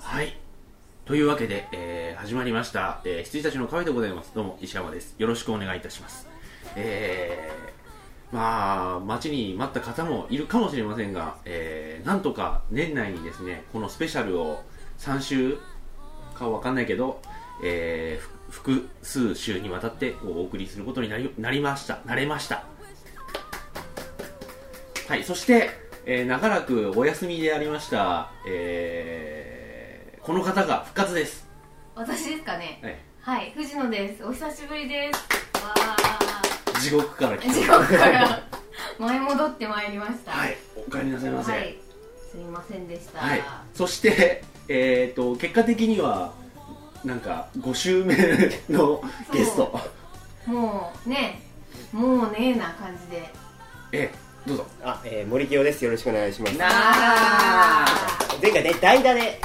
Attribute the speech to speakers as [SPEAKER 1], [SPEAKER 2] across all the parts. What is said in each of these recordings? [SPEAKER 1] はい。というわけで、えー始まりました、えー羊たちの会でございます。どうも、石山です。よろしくお願いいたします。えーまあ、待ちに待った方もいるかもしれませんが、えーなんとか年内にですね、このスペシャルを3週かわかんないけど、えーふ複数週にわたってお送りすることになりなりました。なれました。はい、そして、えー長らくお休みでありました、えーこの方が復活です。
[SPEAKER 2] 私ですかね
[SPEAKER 1] はい
[SPEAKER 2] はい藤野ですお久しぶりですわあ
[SPEAKER 1] 地獄から 来た。
[SPEAKER 2] 地獄から前戻ってまいりました
[SPEAKER 1] はい、お帰りなさいませ。
[SPEAKER 2] は
[SPEAKER 1] はいい、
[SPEAKER 2] すみませんでした
[SPEAKER 1] そして、えー、と結果的には、なんか5週目のゲスト、
[SPEAKER 2] もうねもうねえな感じで
[SPEAKER 1] えどうぞ。
[SPEAKER 3] あ、えー、森清です。よろしくお願いします。
[SPEAKER 2] あ
[SPEAKER 3] 前回ね、代打で、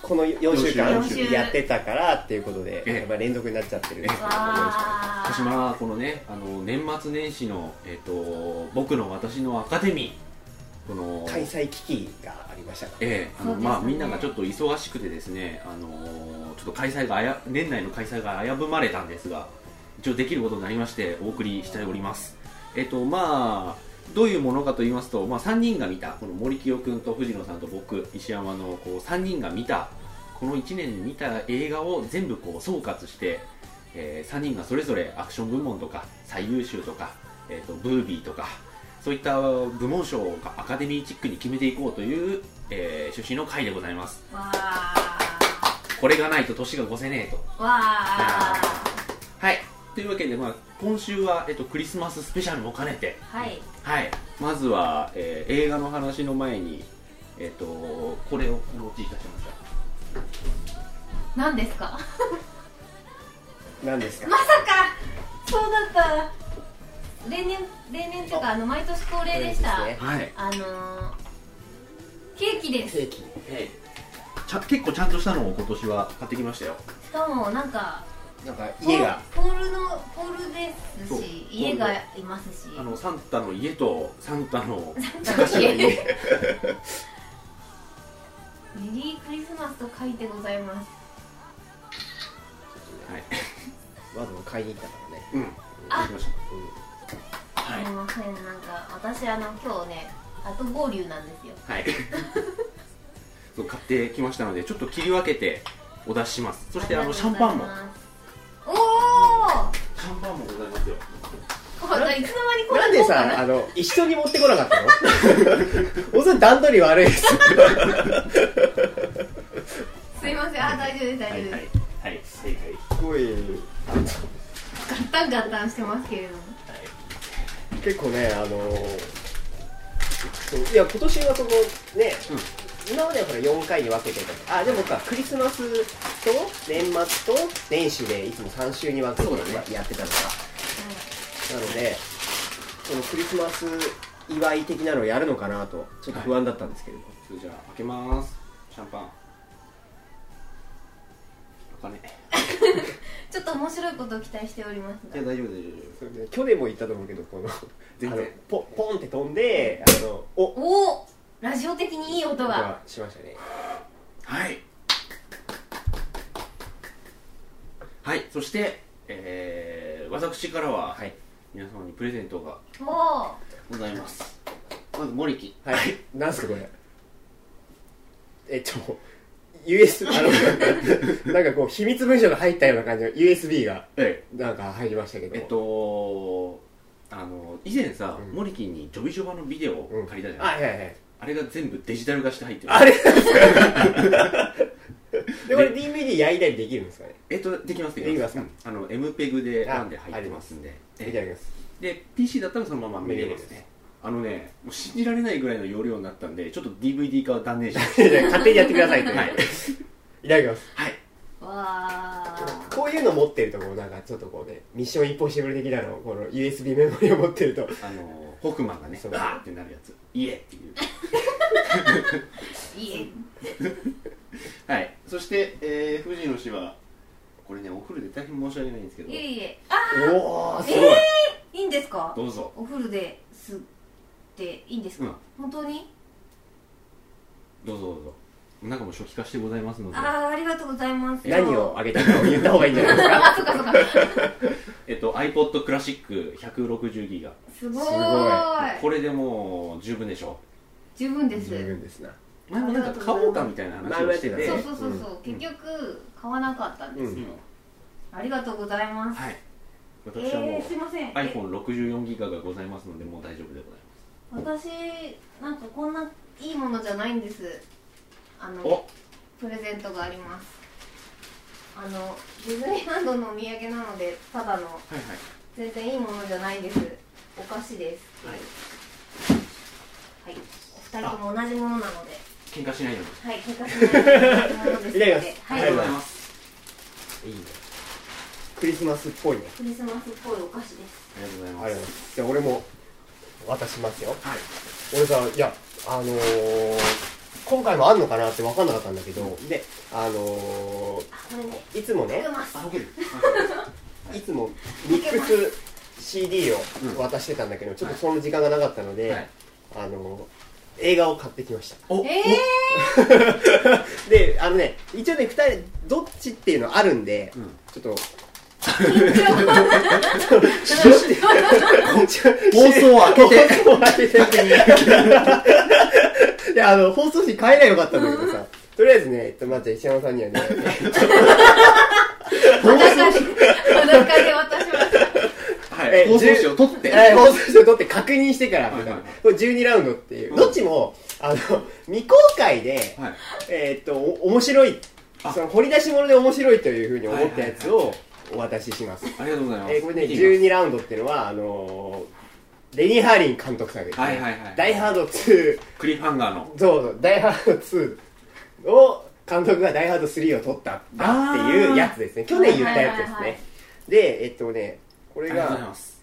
[SPEAKER 3] この4週
[SPEAKER 1] 四
[SPEAKER 3] 間
[SPEAKER 2] 週
[SPEAKER 3] やってたからっていうことで、
[SPEAKER 1] ええ
[SPEAKER 3] やっぱ連続になっちゃってるんですけど、よろしくお願いしま
[SPEAKER 2] わ
[SPEAKER 1] 鹿島はこのねあの年末年始の、えー、と僕の私のアカデミーこの
[SPEAKER 3] す。開催危機がありましたから、
[SPEAKER 1] ええあ
[SPEAKER 2] そ
[SPEAKER 1] の
[SPEAKER 2] うですね
[SPEAKER 1] まあ、みんながちょっと忙しくてですね、あのーちょっと開催があや年内の開催が危ぶまれたんですが一応できることになりましてお送りしておりますえっとまあどういうものかと言いますと、まあ、3人が見たこの森清君と藤野さんと僕石山のこう3人が見たこの1年見た映画を全部こう総括して、え3人がそれぞれアクション部門とか最優秀とか、えー、とブービーとかそういった部門賞をアカデミーチックに決めていこうという、えー趣旨の回でございます
[SPEAKER 2] ーわあ
[SPEAKER 1] これがないと年が越せねえと
[SPEAKER 2] わあ
[SPEAKER 1] はいというわけで、まあ、今週は、えっと、クリスマススペシャルも兼ねて
[SPEAKER 2] はい
[SPEAKER 1] はいまずは、えー映画の話の前にえっとこれをこのうちいたしました
[SPEAKER 2] 何ですか
[SPEAKER 3] 何です
[SPEAKER 2] ま
[SPEAKER 3] か
[SPEAKER 2] さかそうだった例年例年っていうかあの毎年恒例でした
[SPEAKER 3] これですね
[SPEAKER 1] はい、
[SPEAKER 2] あのー、ケーキです
[SPEAKER 3] 正規。
[SPEAKER 1] えーちゃ結構ちゃんとしたのを今年は買ってきましたよ
[SPEAKER 2] しかもなんか
[SPEAKER 3] なんか家が、
[SPEAKER 2] ポールのポールです
[SPEAKER 1] そう
[SPEAKER 2] し家がいますし
[SPEAKER 1] あのサンタの家とサンタの
[SPEAKER 2] サンタの
[SPEAKER 1] 昔の
[SPEAKER 2] 家
[SPEAKER 1] 家
[SPEAKER 2] メリークリスマスと書いてございます
[SPEAKER 1] はい
[SPEAKER 3] わざわざ買いに行ったからね。
[SPEAKER 1] うん買ってきました
[SPEAKER 2] す
[SPEAKER 1] はい
[SPEAKER 2] みませんなんか私あの今日ね後合流なんですよ
[SPEAKER 1] はい。 そう買ってきましたので、ちょっと切り分けてお出しします。そしてあのシャンパンも、
[SPEAKER 2] おお
[SPEAKER 1] シャンパンもございますよ。
[SPEAKER 2] ーいつの間に
[SPEAKER 3] うん
[SPEAKER 2] こ
[SPEAKER 3] なん
[SPEAKER 2] れ
[SPEAKER 3] で
[SPEAKER 2] 豪華
[SPEAKER 3] さ、
[SPEAKER 2] な
[SPEAKER 3] あの、一緒に持ってこなかったの おさん段取り悪いです。
[SPEAKER 2] すいませんあ大丈夫です
[SPEAKER 1] は
[SPEAKER 2] 大丈夫です、
[SPEAKER 1] いはいはい
[SPEAKER 3] すごい。
[SPEAKER 2] ガッタンガッタンしてますけれども
[SPEAKER 3] 結構ね、あのそういや、今年はその、ね、今まではほら4回に分けてたあでもかクリスマスと年末と年始でいつも3週に分けてやってたのか、なのでそのクリスマス祝い的なのをやるのかなとちょっと不安だったんですけれど、
[SPEAKER 1] それじゃあ開けます。シャンパン。開かね。
[SPEAKER 2] ちょっと面白いことを期待しております
[SPEAKER 1] いや
[SPEAKER 2] が
[SPEAKER 1] 大丈夫大丈
[SPEAKER 3] それで去年も言ったと思うけどこの
[SPEAKER 1] 全
[SPEAKER 3] あ
[SPEAKER 1] 然
[SPEAKER 3] のポポンって飛んであのお
[SPEAKER 2] おおラジオ的にいい音が
[SPEAKER 3] がしましたね
[SPEAKER 1] 夫。はい。はい。そして、えー、私からは、
[SPEAKER 3] はい
[SPEAKER 1] 皆様にプレゼントが
[SPEAKER 2] も
[SPEAKER 1] ございます。まずモリキ。
[SPEAKER 3] はいなんすかこれえっと USB あ のなんかこう秘密文書が入ったような感じの USB が
[SPEAKER 1] え
[SPEAKER 3] なんか入りましたけど
[SPEAKER 1] えっとあの以前さ、
[SPEAKER 3] うん
[SPEAKER 1] モリキンにジョビジョバのビデオを借りたじゃん、
[SPEAKER 3] あはいはいはい
[SPEAKER 1] あれが全部デジタル化して入ってる
[SPEAKER 3] あれ でこれ DVD 焼いたりできるんですかね
[SPEAKER 1] えっとできます
[SPEAKER 3] できますか
[SPEAKER 1] うんあの MPEG で
[SPEAKER 3] あ
[SPEAKER 1] なんで入ってますんで
[SPEAKER 3] い
[SPEAKER 1] え
[SPEAKER 3] ただきます
[SPEAKER 1] で PC だったらそのまま見れます
[SPEAKER 3] 見れま
[SPEAKER 1] ねあのねもう信じられないぐらいの容量になったんでちょっと DVD 化は断念しま す
[SPEAKER 3] じゃあ勝手にやってくださいと、
[SPEAKER 1] はいい、
[SPEAKER 3] ただきます
[SPEAKER 1] はいう
[SPEAKER 2] わー
[SPEAKER 3] こういうの持ってるとこうなんかちょっとこうねミッションインポッシブル的なのこの USB メモリを持ってると
[SPEAKER 1] あのホクマンがね
[SPEAKER 3] そう
[SPEAKER 1] ガーってなるやつ「イエ!」っていう
[SPEAKER 2] いい
[SPEAKER 1] はいそして、えー、藤野氏はこれねお風呂で大変申し訳ないんですけど
[SPEAKER 2] えいえいえあ
[SPEAKER 3] おおすごい、
[SPEAKER 2] いいんですか
[SPEAKER 1] どうぞ
[SPEAKER 2] お風呂ですっっていいんですか、
[SPEAKER 1] うん
[SPEAKER 2] 本当に
[SPEAKER 1] どうぞどうぞ中も初期化してございますので
[SPEAKER 2] ああありがとうございます
[SPEAKER 3] 何をあげたかを言った方がいいんじゃないですか
[SPEAKER 2] あそっかそっか
[SPEAKER 1] えっと iPod クラシック160ギガ
[SPEAKER 2] すごーい
[SPEAKER 3] すご
[SPEAKER 1] これでもう十分でしょ
[SPEAKER 2] 十分です
[SPEAKER 3] 十分ですな
[SPEAKER 1] 前もなんか買おうかみたいな話をして
[SPEAKER 3] 前もやって
[SPEAKER 1] て
[SPEAKER 3] た
[SPEAKER 2] そうそ
[SPEAKER 3] ね
[SPEAKER 2] うそうそ
[SPEAKER 1] う
[SPEAKER 2] う、
[SPEAKER 1] ん
[SPEAKER 2] 結局買わなかったんですよ、ありがとうございます、
[SPEAKER 1] はい私はも
[SPEAKER 2] え
[SPEAKER 1] う
[SPEAKER 2] ー、すいませんえ
[SPEAKER 1] iPhone64 ギガがございますのでもう大丈夫でございま
[SPEAKER 2] 私なんかこんないいものじゃないんですあ
[SPEAKER 1] すお
[SPEAKER 2] のプレゼントがありますあのディズニーランドのお土産なのでただの
[SPEAKER 1] はいはい
[SPEAKER 2] 全然いいものじゃないですお菓子です
[SPEAKER 1] はい
[SPEAKER 2] はいお二人とも同じものなので
[SPEAKER 1] 喧嘩しないように
[SPEAKER 2] はい喧嘩しない同じものですの
[SPEAKER 3] いただき
[SPEAKER 2] で
[SPEAKER 3] ます
[SPEAKER 1] あ
[SPEAKER 2] は
[SPEAKER 1] り
[SPEAKER 2] い
[SPEAKER 1] がとうございます
[SPEAKER 3] いいねクリスマスっぽいね
[SPEAKER 2] クリスマスっぽいお菓子です
[SPEAKER 1] ありがとうござい
[SPEAKER 3] あ
[SPEAKER 1] ま
[SPEAKER 3] れ
[SPEAKER 1] す
[SPEAKER 3] じゃあ俺も渡しますよ
[SPEAKER 1] はい
[SPEAKER 3] 俺さいやあのー、今回もあんのかなって分かんなかったんだけど、であの
[SPEAKER 2] あこれね
[SPEAKER 3] ー、いつもね
[SPEAKER 2] いけます
[SPEAKER 1] あボケる
[SPEAKER 3] いつもミックス CD を渡してたんだけど、ちょっとその時間がなかったので、
[SPEAKER 1] はい
[SPEAKER 3] あの映画を買ってきました
[SPEAKER 1] お
[SPEAKER 2] え
[SPEAKER 3] であのね一応ね2人どっちっていうのあるんで、
[SPEAKER 1] うん
[SPEAKER 3] ちょっと
[SPEAKER 1] 放 送を開けて
[SPEAKER 3] 放送を開け ていやあの放送紙変えりゃよかったんだけどさとりあえずね、えっと、まず石山さんに はね
[SPEAKER 2] ー、裸で裸で渡しました
[SPEAKER 1] はい
[SPEAKER 3] え
[SPEAKER 1] 放送紙を取って
[SPEAKER 3] えー放送紙を取って確認してから、
[SPEAKER 1] はいはいはい
[SPEAKER 3] これ12ラウンドっていう、
[SPEAKER 1] うん
[SPEAKER 3] どっちもあの未公開で、
[SPEAKER 1] はい
[SPEAKER 3] えーっとお面白い
[SPEAKER 1] あ
[SPEAKER 3] その掘り出し物で面白いというふうに思ったやつ
[SPEAKER 1] はい
[SPEAKER 3] をお渡しします、
[SPEAKER 1] ありがとうございます
[SPEAKER 3] えーこれね
[SPEAKER 1] 見てみ
[SPEAKER 3] 12ラウンドっていうのはあのーレニー・ハーリン監督作です、ね
[SPEAKER 1] はいはいはい
[SPEAKER 3] ダイ・ハード2
[SPEAKER 1] ますクリフハンガーの
[SPEAKER 3] そうそうダイ・ハード2を監督がダイ・ハード3を取ったっていうやつですね去年言ったやつです
[SPEAKER 2] はいはい
[SPEAKER 3] ね、
[SPEAKER 2] はいは
[SPEAKER 3] でえっとねこ
[SPEAKER 1] あ
[SPEAKER 3] れ
[SPEAKER 1] りがとうござい
[SPEAKER 3] が
[SPEAKER 1] ます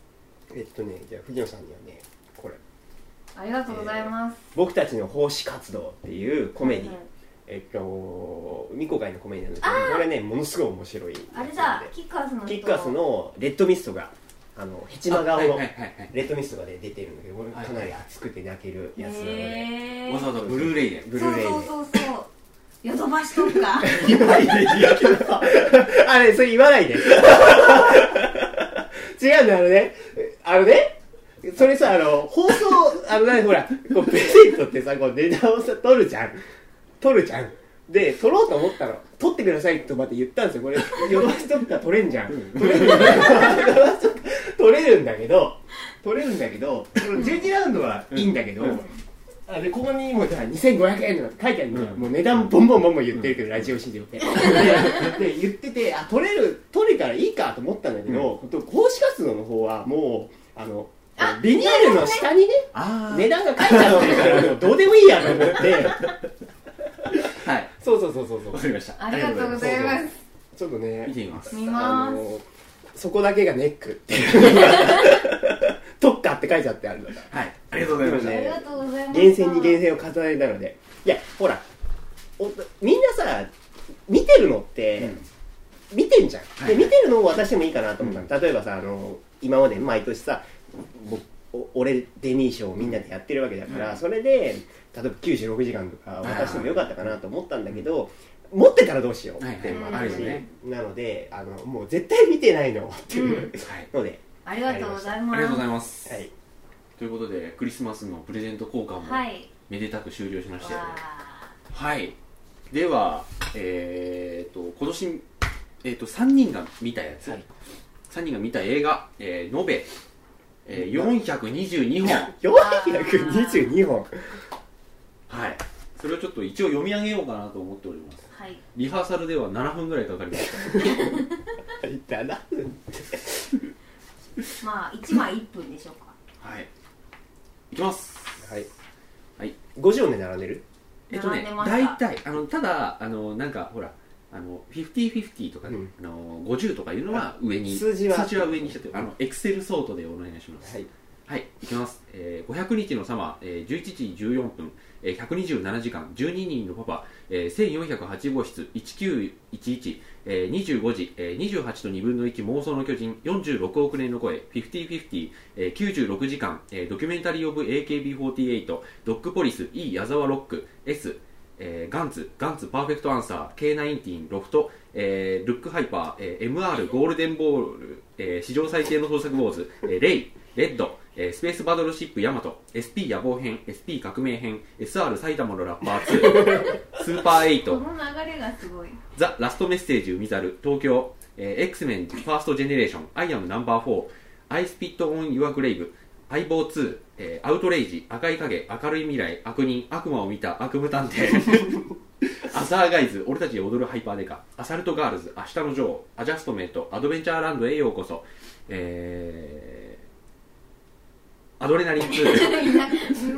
[SPEAKER 3] えっとねじゃあ藤野さんにはねこれ
[SPEAKER 2] ありがとうございます、
[SPEAKER 3] 僕たちの奉仕活動っていうコメディ、
[SPEAKER 2] うん
[SPEAKER 3] えっと未公開のコメディなんですけどこれねものすごい面白いやつ
[SPEAKER 2] あ
[SPEAKER 3] なん
[SPEAKER 2] れ
[SPEAKER 3] で
[SPEAKER 2] だキッカーズの人
[SPEAKER 3] キッカースのレッドミストがあのヘチマ
[SPEAKER 1] あ
[SPEAKER 3] 顔
[SPEAKER 1] はい
[SPEAKER 3] の
[SPEAKER 1] はいはい
[SPEAKER 3] レッドミストがね出てるんだけどこれ
[SPEAKER 1] はい
[SPEAKER 3] かなり熱くて泣けるやつなので、
[SPEAKER 2] へ
[SPEAKER 1] は
[SPEAKER 2] ー
[SPEAKER 1] いわざわざブルーレイで
[SPEAKER 3] ブルーレイで
[SPEAKER 2] そうそうそうそうヨドバシとか
[SPEAKER 3] 言わないであれそれ言わないで違うんだあのねあのねそれさあの放送あのねほらこうプレゼントってさこう値段をさ取るじゃん取るじゃんで取ろうと思ったの取ってくださいとまで言ったんですよこれヨドバシとか取れんじゃん、取れるんだけどヨドバシとか取れるんだけど取れるんだけどこの12ラウンドはいいんだけど、
[SPEAKER 1] うん
[SPEAKER 3] あでここにもうじゃあ2500円とか書いてあるの、
[SPEAKER 1] うん
[SPEAKER 3] もう値段ボンボンボンボン言ってるけど、ラジオ市場で でで言っててあ取れる取れたらいいかと思ったんだけど、公式活動の方はもうあのビニールの下にね
[SPEAKER 1] あ
[SPEAKER 3] 値段が書いてあってるからもうどうでもいいやと思って
[SPEAKER 1] あはい
[SPEAKER 3] そうそうそうそうそ
[SPEAKER 1] わ
[SPEAKER 3] う
[SPEAKER 1] かりました
[SPEAKER 2] ありがとうございます
[SPEAKER 3] ちょっとね
[SPEAKER 1] 見てみます
[SPEAKER 2] 見ま
[SPEAKER 3] あ
[SPEAKER 2] す
[SPEAKER 3] のそこだけがネック っていう特化って書いてあってあるんだから
[SPEAKER 1] はいありがとうございました
[SPEAKER 2] あ
[SPEAKER 3] ね
[SPEAKER 2] りがとうございます
[SPEAKER 3] 厳選に厳選を重ねたのでいやほらおみんなさ見てるのって、見てんじゃん、
[SPEAKER 1] はい
[SPEAKER 3] で見てるのを渡してもいいかなと思ったの、例えばさあの今まで毎年さぼお俺デミー賞をみんなでやってるわけだから、
[SPEAKER 1] うん
[SPEAKER 3] それで例えば96時間とか渡してもよかったかなと思ったんだけど、持ってたらどうしようっていうのもあるし、
[SPEAKER 1] はいはいはい
[SPEAKER 3] なのであのもう絶対見てないのっていう
[SPEAKER 1] はい
[SPEAKER 3] ので、
[SPEAKER 2] ありがとうござい
[SPEAKER 1] あ
[SPEAKER 2] ます
[SPEAKER 1] りがとうございます
[SPEAKER 3] はい、
[SPEAKER 1] ということでクリスマスのプレゼント交換も
[SPEAKER 2] はい
[SPEAKER 1] めでたく終了しましたよ
[SPEAKER 2] わ
[SPEAKER 1] はいではえっと今年えっと3人が見たやつ
[SPEAKER 3] はい
[SPEAKER 1] 3人が見た映画えー延べえー422本
[SPEAKER 3] 422本
[SPEAKER 1] はいそれをちょっと一応読み上げようかなと思っております
[SPEAKER 2] ーはい
[SPEAKER 1] リハーサルでは7分ぐらいかかりました
[SPEAKER 3] 7分
[SPEAKER 2] まあ一枚一分でしょうか
[SPEAKER 1] はいいきます
[SPEAKER 3] はい。
[SPEAKER 1] はい。
[SPEAKER 3] 50名並んでる
[SPEAKER 1] えっと
[SPEAKER 2] 並ん
[SPEAKER 1] ね
[SPEAKER 2] でました
[SPEAKER 1] 大体あのただあのなんかほらあの50-50とか、
[SPEAKER 3] うん
[SPEAKER 1] あの50とかいうのは上に
[SPEAKER 3] 数字は
[SPEAKER 1] 上にしちゃってあのエクセルソートでお願いします
[SPEAKER 3] い。
[SPEAKER 1] はい、いきます。えー、500日の様、えー、11時14分、えー、127時間、12人のパパ、えー、1408号室、1911、えー、25時、えー、28と2分の1妄想の巨人、46億年の声、5050、えー、96時間、えー、ドキュメンタリー・オブ・ AKB48、ドッグ・ポリス、E ・矢沢ロック、S、えー、ガンツ、ガンツパーフェクトアンサー、K19、ロフト、えー、ルックハイパー、えー、MR、ゴールデンボール、えー、史上最低の創作坊主、えー、レイ、レッド、えー、スペースバトルシップヤマト、SP 野望編、SP 革命編、SR 埼玉のラッパー2、スー パー
[SPEAKER 2] こ
[SPEAKER 1] 8、
[SPEAKER 2] の流れがすごい
[SPEAKER 1] ザ・ラストメッセージ海猿東京、えー、X メンファーストジェネレーションアイアムナンバー4アイスピットオン・ユア・グレイブ相棒2、えー、アウトレイジ赤い影明るい未来悪人悪魔を見た悪夢探偵アザーガイズ俺たちで踊るハイパーデカアサルトガールズ明日の女王アジャストメントアドベンチャーランドへようこそえー、アドレナリン2
[SPEAKER 2] みんな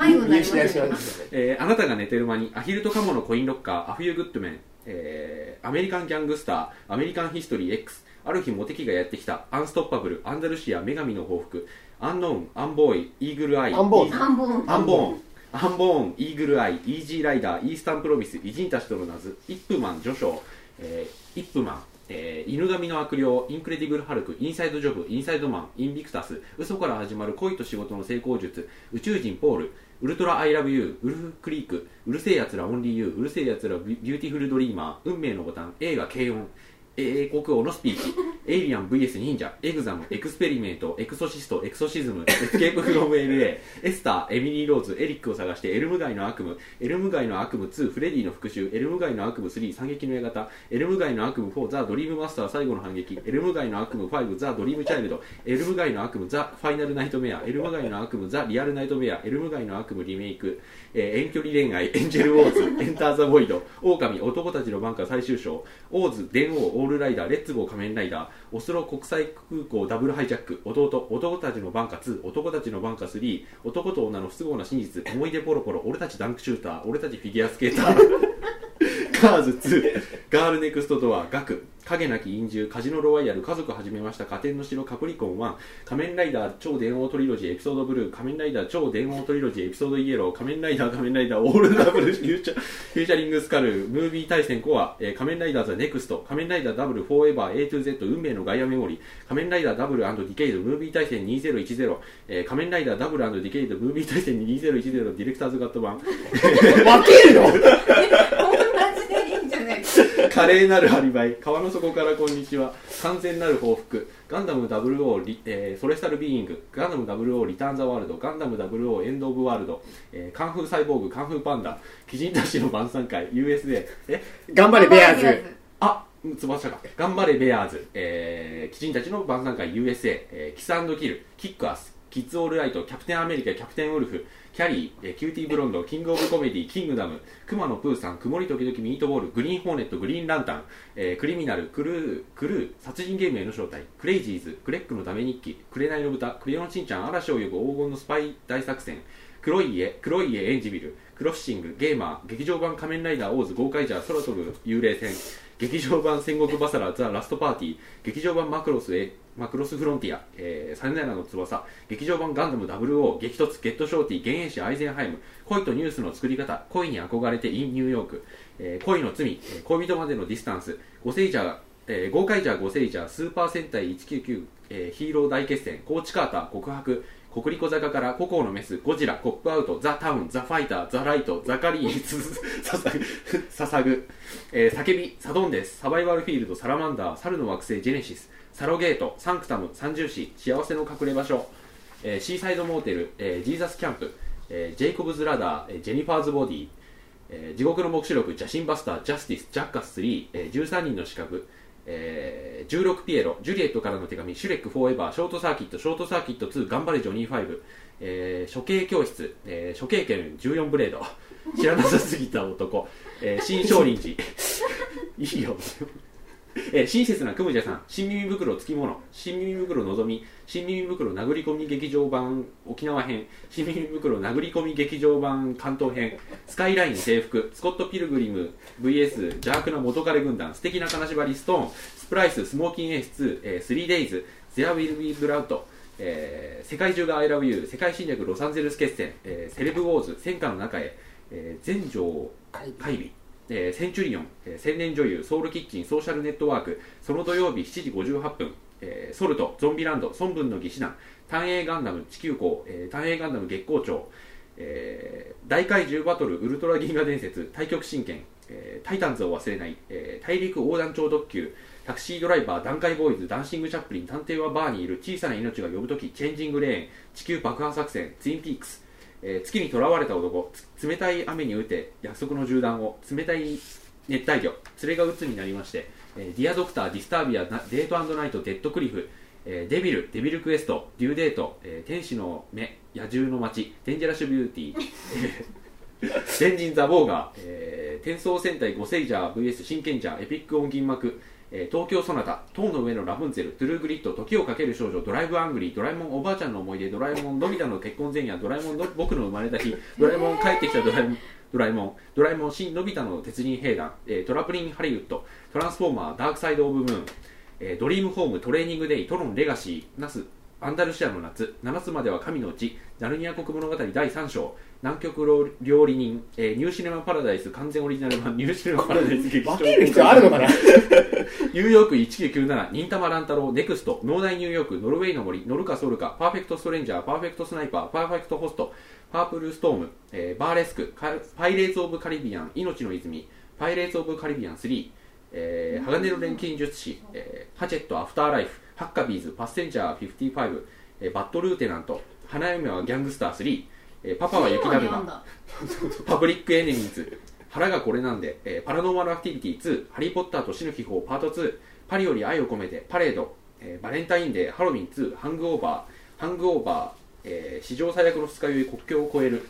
[SPEAKER 2] 迷子になり
[SPEAKER 3] 見
[SPEAKER 2] ま
[SPEAKER 3] 失い
[SPEAKER 2] し
[SPEAKER 3] したま
[SPEAKER 2] ね
[SPEAKER 3] す
[SPEAKER 1] えーあなたが寝てる間にアヒルとカモのコインロッカーアフィユ・グッドメン、えーアメリカン・ギャングスターアメリカン・ヒストリー X ある日モテキがやってきたアンストッパブルアンダルシア女神の報復アンノーンアンボーイイーグルアイ
[SPEAKER 3] アンボーン
[SPEAKER 2] 半分
[SPEAKER 1] アンボーンアンボーンイーグルアイイージーライダーイースタンプロミス偉人たちとの謎イップマン序章、えーイップマン、えー犬神の悪霊インクレディブルハルクインサイドジョブインサイドマンインビクタス嘘から始まる恋と仕事の成功術宇宙人ポールウルトラアイラブユーウルフクリークうるせえやつらオンリーユーうるせえやつらビビューティフルドリーマー運命のボタン映画軽音英国王のスピーチエイリアン VS 忍者エグザムエクスペリメントエクソシストエクソシズムエスケープフロム LA エスターエミリー・ローズエリックを探してエルム街の悪夢エルム街の悪夢2フレディの復讐エルム街の悪夢3惨劇の館エルム街の悪夢4ザ・ドリームマスター最後の反撃エルム街の悪夢5ザ・ドリームチャイルドエルム街の悪夢ザ・ファイナルナイトメアエルム街の悪夢ザ・リアルナイトメアエルム街の悪夢リメイク、えー遠距離恋愛エンジェル・ウォーズエンター・ザ・ボイド狼男たちのバンカー最終章オーズ、電王、オールライダー、レッツゴー、仮面ライダー、オスロ国際空港、ダブルハイジャック、弟、男たちのバンカ2、男たちのバンカ3、男と女の不都合な真実、思い出ポロポロ、俺たちダンクシューター、俺たちフィギュアスケーター、ガーズ2、ガールネクストドア、ガク、影なき陰獣、カジノロワイヤル、家族始めました、家庭の城、カプリコン1、仮面ライダー超電王トリロジーエピソードブルー仮面ライダー超電王トリロジーエピソードイエロー仮面ライダー仮面ライダーオールダブルフューチャーフューチャリングスカルムービー対戦コア、えー仮面ライダーザネクスト仮面ライダーダブルフォーエバー A to Z 運命のガイアメモリー仮面ライダーダブルディケイドムービー対戦2010、えー仮面ライダーダブルディケイドムービー対戦2010ディレクターズガット版
[SPEAKER 3] 分けるの
[SPEAKER 2] こんな字でいいんじゃないですか
[SPEAKER 1] 華麗なるアリバイ川の底からこんにちは完全なる報復ガンダム00リ、えー、ソレスタルビーイングガンダム00リターンザワールドガンダム00エンドオブワールド、えー、カンフーサイボーグカンフーパンダ鬼人たちの晩餐会 USJ え
[SPEAKER 3] 頑張れベアーズ
[SPEAKER 1] あ翼か頑張れベアーズ、えー、鬼人たちの晩餐会 USA、えーキスキルキックアスキッズオールライトキャプテンアメリカキャプテンウルフキャリー、えーキューティーブロンドキングオブコメディキングダム熊野プーさん曇り時々ミートボールグリーンホーネットグリーンランタン、えークリミナルクルークルー殺人ゲームへの招待クレイジーズクレックのダメ日記紅の豚クレヨンしんちゃん嵐を呼ぶ黄金のスパイ大作戦黒い家黒い家エンジビルクロッシングゲーマー劇場版仮面ライダーオーズ豪快ジャー空飛ぶ幽霊船劇場版戦国バサラザ・ラストパーティー劇場版マクロスへマクロスフロンティア、えー、サヨナラの翼劇場版ガンダム00激突ゲットショーティー幻影師アイゼンハイム恋とニュースの作り方恋に憧れて in ニューヨーク、えー恋の罪、えー恋人までのディスタンスゴセイジャー、えー、ゴーカイジャーゴセイジャースーパー戦隊199、えーヒーロー大決戦コーチカーター告白国立小坂から孤高のメスゴジラコップアウトザ・タウンザ・ファイターザ・ライトザ・カリーに続く ささぐささぐえー叫び、サドンデス、サバイバルフィールド、サラマンダー、猿の惑星、ジェネシス、サロゲート、サンクタム、三重視、幸せの隠れ場所、えーシーサイドモーテル、えージーザスキャンプ、えージェイコブズ・ラダー、えージェニファーズ・ボディ、えー地獄の黙示録、邪神バスター、ジャスティス、ジャッカス3、えー13人の資格、えー16ピエロ、ジュリエットからの手紙、シュレック・フォーエバー、ショートサーキット、ショートサーキット2、頑張れジョニー5、えー処刑教室、えー処刑剣14ブレード、 知らなさすぎた男、えー新少林寺、 いいよ、 えー親切なクムジャさん、新耳袋つきもの、新耳袋のぞみ、新耳袋殴り込み劇場版沖縄編、新耳袋殴り込み劇場版関東編、スカイライン制服、スコット・ピルグリム VS 邪悪な元彼軍団、素敵な金縛りストーン、スプライス、スモーキンエース2、えー、3デイズ、ゼア・ウィル・ビー・ブラウト、えー世界中が I love you 世界侵略ロサンゼルス決戦、えーセレブウォーズ戦火の中へ、えー全城
[SPEAKER 3] はい
[SPEAKER 1] 会議、えーセンチュリオン、えー千年女優、ソウルキッチン、ソーシャルネットワーク、その土曜日7時58分、えーソルト、ゾンビランド、孫文の義士団、単影ガンダム、地球港、えー単影ガンダム月光町、えー大怪獣バトル、ウルトラ銀河伝説、対極神拳、えータイタンズを忘れない、えー大陸横断超特急、タクシードライバー、段階ボーイズ、ダンシング・チャップリン、探偵はバーにいる、小さな命が呼ぶとき、チェンジング・レーン、地球爆破作戦、ツインピークス、えー月に囚われた男つ冷たい雨に打て約束の銃弾を冷たい熱帯魚連れが鬱になりまして、えーディアドクターディスタービアなデートナイトデッドクリフ、えーデビルデビルクエストデューデート、えー天使の目野獣の街デンジャラッシュビューティーえー 天神ザ・ボーガー、えー、転送戦隊ゴセイジャー VS 真剣ジャーエピックオン銀幕、えー東京ソナタ塔の上のラプンツェルトゥルーグリッド時をかける少女ドライブアングリードラえもんおばあちゃんの思い出ドラえもんのび太の結婚前夜ドラえもんの僕の生まれた日ドラえもん帰ってきたドラえもんドラえもん、ドラえもん、新のび太の鉄人兵団、えートラプリンハリウッド、トランスフォーマー、ダークサイド・オブ・ムーン、えードリームホーム、トレーニングデイ、トロン、レガシー、ナス、アンダルシアの夏、7つまでは神のうち、ナルニア国物語第3章、南極料理人、えーニューシネマ・パラダイス完全オリジナル版、ニューシネマ・パラダイス劇場。
[SPEAKER 3] 分ける必要あるのかな
[SPEAKER 1] ニューヨーク1997、忍たま乱太郎、ネクスト、脳内ニューヨーク、ノルウェーの森、ノルカソルカ、パーフェクトストレンジャー、パーフェクトスナイパー、パーフェクトホスト、パープルストーム、えーバーレスク、カパイレーツ・オブ・カリビアン、命の泉、パイレーツ・オブ・カリビアン3、えー、鋼の錬金術師、えーハチェット・アフターライフ、ハッカビーズ、パッセンジャー55、えーバッド・ルーテナント、花嫁はギャングスター3、えーパパは雪だるま、 パブリックエネミーズ腹がこれなんで、えーパラノーマルアクティビティ2ハリー・ポッターと死ぬ秘宝パート2パリより愛を込めてパレード、えーバレンタインデーハロウィン2ハングオーバーハングオーバー、えー史上最悪の二日酔い国境を越える、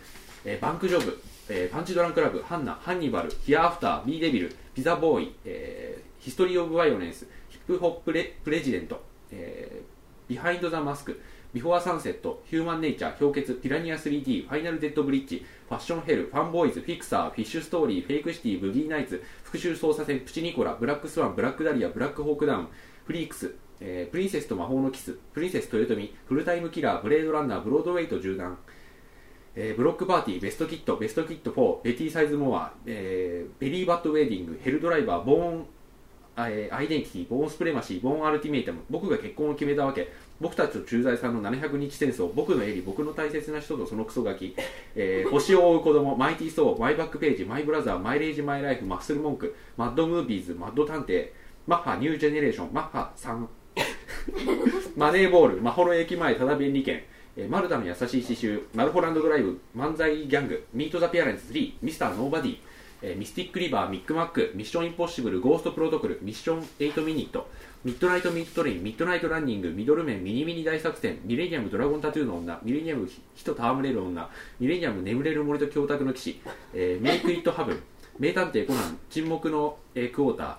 [SPEAKER 1] えーバンクジョブ、えーパンチドランクラブハンナハンニバルヒアアフタービーデビルピザボーイ、えーヒストリー・オブ・バイオレンスヒップホップレプレジデント、えービハインド・ザ・マスク、ビフォア・サンセット、ヒューマン・ネイチャー、氷結、ピラニア 3D、ファイナル・デッド・ブリッジ、ファッション・ヘル、ファンボーイズ、フィクサー、フィッシュ・ストーリー、フェイク・シティ、ブギー・ナイツ、復讐捜査線、プチ・ニコラ、ブラック・スワン、ブラック・ダリア、ブラック・ホーク・ダウン、フリークス、えープリンセスと魔法のキス、プリンセス・トヨトミ、フルタイム・キラー、ブレード・ランナー、ブロードウェイト・銃弾、えーブロックパーティー、ベストキット、ベストキット4、ベティ・サイズ・モア、えーベリー・バッド・ウェディング、ヘルドライバー、ボーン、あえーアイデンティティ、ボーン・スプレマシー、ボーン・アルティメイタム、僕が結婚を決めたわけ、僕たちと駐在さんの700日戦争、僕のエリ、僕の大切な人とそのクソガキ、えー星を追う子供、マイティー・ソー、マイバックページ、マイブラザー、マイレージ・マイライフ、マッスル・モンク、マッド・ムービーズ、マッド探偵、マッハ、ニュージェネレーション、マッハ3、マネーボール、マホロ駅前、ただ便利券、えーマルタの優しい刺繍、マルホランドドライブ、漫才ギャング、ミート・ザ・ピアレンツ3、ミスター・ノーバディ、えーミスティック・リバー、ミック・マック、ミッション・インポッシブル、ゴースト・プロトコル、ミッション・8ミニット、ミッドナイト・ミッドレイン、ミッドナイト・ランニング、ミドルメン、ミニミニ大作戦、ミレニアム・ドラゴン・タトゥーの女、ミレニアム・火と戯れる女、ミレニアム・眠れる森と教託の騎士、えーメイク・イット・ハブン、名探偵コナン、沈黙の、えークォーター、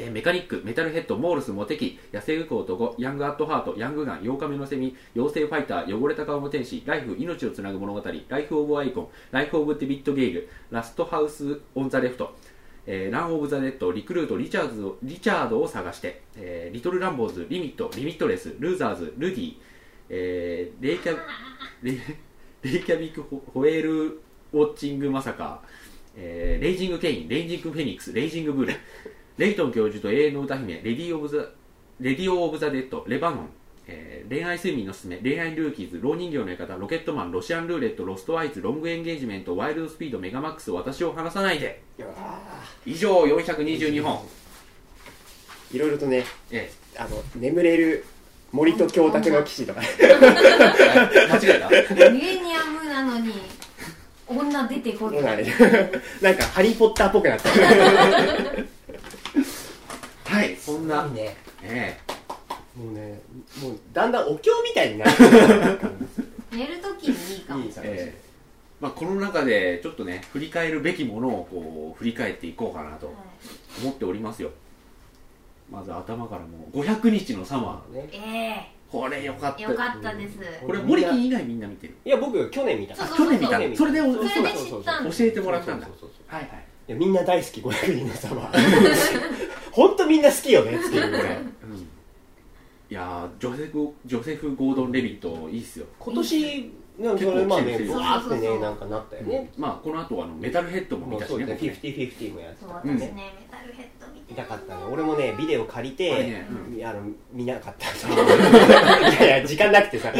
[SPEAKER 1] えーメカニック、メタルヘッド、モールス、モテキ、野生ウコ男、ヤングアットハート、ヤングガン、8日目のセミ、妖精ファイター、汚れた顔の天使、ライフ、命をつなぐ物語、ライフ・オブ・アイコン、ライフ・オブ・デビッド・ゲイル、ラスト・ハウス・オン・ザ・レフト、えーラン・オブ・ザ・デッド、リクルート、リチャーズをリチャードを探して、えーリトル・ランボーズ、リミット、リミットレス、ルーザーズ、ルディ、えーレイキャレイレイキャビックホ・ホエール・ウォッチング・マサカー、えーレイジング・ケイン、レイジング・フェニックス、レイジング・ブル、レイトン教授と永遠の歌姫、レディオブザ・レディオ・オブ・ザ・デッド、レバノン、えー恋愛睡眠のすすめ、恋愛ルーキーズ、老人形の館、ロケットマン、ロシアンルーレット、ロストアイズ、ロングエンゲージメント、ワイルドスピード、メガマックス、私を離さないで。
[SPEAKER 3] いやー
[SPEAKER 1] 以上、422本。
[SPEAKER 3] いろいろとね
[SPEAKER 1] え
[SPEAKER 3] あの眠れる森と教託の騎士とか
[SPEAKER 1] え、間違えた
[SPEAKER 2] ミレニアムなのに女出てこ
[SPEAKER 3] も
[SPEAKER 2] な
[SPEAKER 3] う
[SPEAKER 2] い
[SPEAKER 3] なんかなんかハリー・ポッターっぽくなった
[SPEAKER 1] はい、そんな。
[SPEAKER 3] ね
[SPEAKER 1] え
[SPEAKER 3] もうねもうだんだんお経みたいになる
[SPEAKER 2] 寝るときにいいかも
[SPEAKER 3] いい
[SPEAKER 1] え
[SPEAKER 3] さ
[SPEAKER 1] ええまあ、この中でちょっとね、振り返るべきものをこう振り返っていこうかなと思っておりますよ。まず頭からもう500日のサマー。
[SPEAKER 3] ね
[SPEAKER 2] え
[SPEAKER 1] これよかっ
[SPEAKER 2] え
[SPEAKER 1] た
[SPEAKER 2] よかったです
[SPEAKER 1] これ森木以外みんな見てる
[SPEAKER 3] いや僕去年見た
[SPEAKER 2] そうそう
[SPEAKER 1] 去年見た
[SPEAKER 3] 去年見た
[SPEAKER 1] それでお
[SPEAKER 2] それ
[SPEAKER 1] そうだ
[SPEAKER 2] で
[SPEAKER 1] そう
[SPEAKER 2] 知ったんだ
[SPEAKER 1] 教えてもらったんだ
[SPEAKER 3] そうそうそうそう
[SPEAKER 1] はいはい
[SPEAKER 3] いやみんな大好き500人の様ほんとみんな好きよねっていうこれ
[SPEAKER 1] うんいやージョセフ・ジョセフゴードン・レビットいいっすよ、
[SPEAKER 3] 今年なんかそれまあね
[SPEAKER 1] 結構
[SPEAKER 3] ブワーって
[SPEAKER 2] そうそうそ
[SPEAKER 3] ね
[SPEAKER 2] う
[SPEAKER 3] なんかなったよね、
[SPEAKER 1] まあこの後あのメタルヘッドも見
[SPEAKER 3] もう
[SPEAKER 1] たし
[SPEAKER 3] そう
[SPEAKER 1] ね
[SPEAKER 3] ですね
[SPEAKER 1] 僕ね
[SPEAKER 3] 50/50もやって
[SPEAKER 2] そう
[SPEAKER 3] た
[SPEAKER 2] 私
[SPEAKER 1] う
[SPEAKER 2] ね、
[SPEAKER 1] ん
[SPEAKER 2] メタルヘッド見て
[SPEAKER 3] 見たかったの俺もねビデオ借りて、
[SPEAKER 1] はいねうん
[SPEAKER 3] みあの 見なかったいやいや時間なくてさ
[SPEAKER 2] よ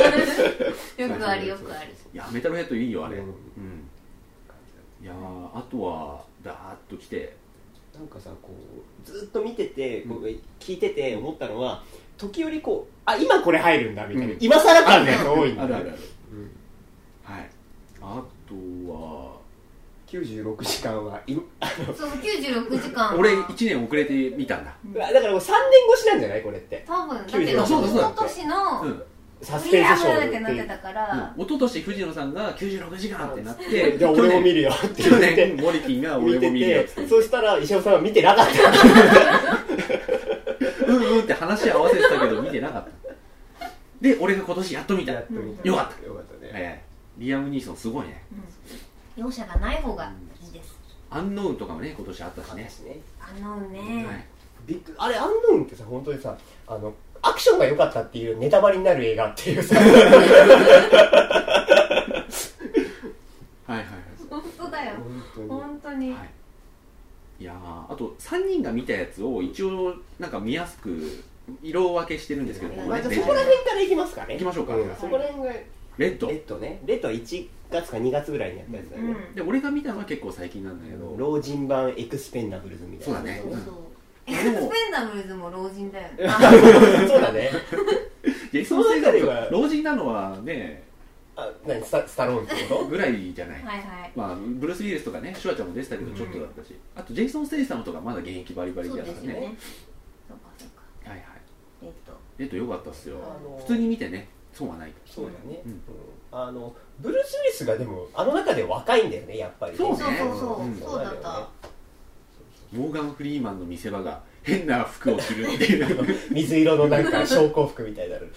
[SPEAKER 2] くあるよくある
[SPEAKER 1] いやメタルヘッドいいよあれ、う
[SPEAKER 3] うんん
[SPEAKER 1] いやーあとはダーッと来て
[SPEAKER 3] なんかさこうずっと見てて、こう聞いてて思ったのは時折こうあ今これ入るんだみたいな、
[SPEAKER 1] うん
[SPEAKER 3] 今更感のやつ多いんだ
[SPEAKER 1] あるあるある
[SPEAKER 3] うん
[SPEAKER 1] はいあとは
[SPEAKER 3] 96時間はい
[SPEAKER 2] そう96時間
[SPEAKER 1] 俺1年遅れて見たんだ
[SPEAKER 3] うわだからもう3年越しなんじゃないこれって
[SPEAKER 2] 多分だけ
[SPEAKER 3] 96
[SPEAKER 2] ど
[SPEAKER 1] そうだそうだ
[SPEAKER 2] 今年の
[SPEAKER 1] うん
[SPEAKER 3] サ
[SPEAKER 2] 取
[SPEAKER 3] スペ
[SPEAKER 2] り
[SPEAKER 3] ンス
[SPEAKER 2] 上
[SPEAKER 3] シ
[SPEAKER 2] げ
[SPEAKER 3] ョ
[SPEAKER 2] られ
[SPEAKER 3] ー
[SPEAKER 2] てなってた
[SPEAKER 3] っ
[SPEAKER 2] から、
[SPEAKER 1] うん、一昨年藤野さんが96時間ってなって
[SPEAKER 3] てじゃあ俺も見るよって
[SPEAKER 1] 去
[SPEAKER 3] 言っ
[SPEAKER 1] 年去
[SPEAKER 3] て
[SPEAKER 1] 年モリキンが俺
[SPEAKER 3] 見
[SPEAKER 1] も見るよってつって
[SPEAKER 3] てそしたら石尾さんは見てな かった
[SPEAKER 1] うんうんって話合わせてたけど見てなかったで俺が今年やっと見た
[SPEAKER 3] やっと見
[SPEAKER 1] よかった
[SPEAKER 3] よかったね
[SPEAKER 1] ええリアム・ニーソンすごいね
[SPEAKER 2] うん、容赦がない方がいいです
[SPEAKER 1] アンノウンとかもね今年あったしね、
[SPEAKER 3] 私ね
[SPEAKER 2] あのね、
[SPEAKER 1] はい、
[SPEAKER 3] ビッグあれアンノーンってさ本当にさあのアクションが良かったっていうネタバレになる映画っていうさ
[SPEAKER 1] はいはい
[SPEAKER 2] 本当だよ
[SPEAKER 3] 本当に
[SPEAKER 2] 本当に、
[SPEAKER 1] はいはいいやーあと3人が見たやつを一応なんか見やすく色分けしてるんですけどここ
[SPEAKER 3] まあ、
[SPEAKER 1] ね
[SPEAKER 3] じゃあ
[SPEAKER 1] レ
[SPEAKER 3] そこら辺からいきますかね
[SPEAKER 1] 行きましょうか
[SPEAKER 3] んそこら辺がレ
[SPEAKER 1] レッド
[SPEAKER 3] ッドねレッドは1月か2月ぐらいにやったやつだ
[SPEAKER 2] う
[SPEAKER 3] よ
[SPEAKER 2] ん
[SPEAKER 3] ね、
[SPEAKER 1] で俺が見たのは結構最近なんだけど
[SPEAKER 3] 老人版エクスペンダブルズみたいな
[SPEAKER 1] そうだね
[SPEAKER 2] そうそう
[SPEAKER 1] うん
[SPEAKER 2] エクスペンダブルズも老人だよね
[SPEAKER 3] そうだね
[SPEAKER 1] ジェイソン・ステイダム
[SPEAKER 3] その中では
[SPEAKER 1] 老人なのはね
[SPEAKER 3] あ何スタスタローンってこ
[SPEAKER 1] ぐらいじゃない
[SPEAKER 2] はいはい
[SPEAKER 1] まあ、ブルース・ウィリスとかね、シュワちゃんも出てたけど、ちょっとだったし、あとジェイソン・ステイサムとか、まだ現役バリバリ
[SPEAKER 2] そう
[SPEAKER 1] だか
[SPEAKER 2] で
[SPEAKER 1] ら
[SPEAKER 2] す
[SPEAKER 1] ね、
[SPEAKER 2] よねそうかそうか
[SPEAKER 1] はいはい、
[SPEAKER 2] えっと
[SPEAKER 1] えっと、よかったっすよ
[SPEAKER 3] と、あの
[SPEAKER 1] 普通に見てね、損はないと、
[SPEAKER 3] そうだね、
[SPEAKER 1] うん
[SPEAKER 3] うんあのブルース・ウィリスがでもあの中で若いんだよねやっぱりね
[SPEAKER 1] そうね
[SPEAKER 2] そうそうそう、
[SPEAKER 1] うん
[SPEAKER 2] そうだっ
[SPEAKER 3] よね
[SPEAKER 2] た
[SPEAKER 1] モーガン・フリーマンの見せ場が、変な服を着るって いう、はいはい、
[SPEAKER 3] 水色のなん か昇降服みたいになる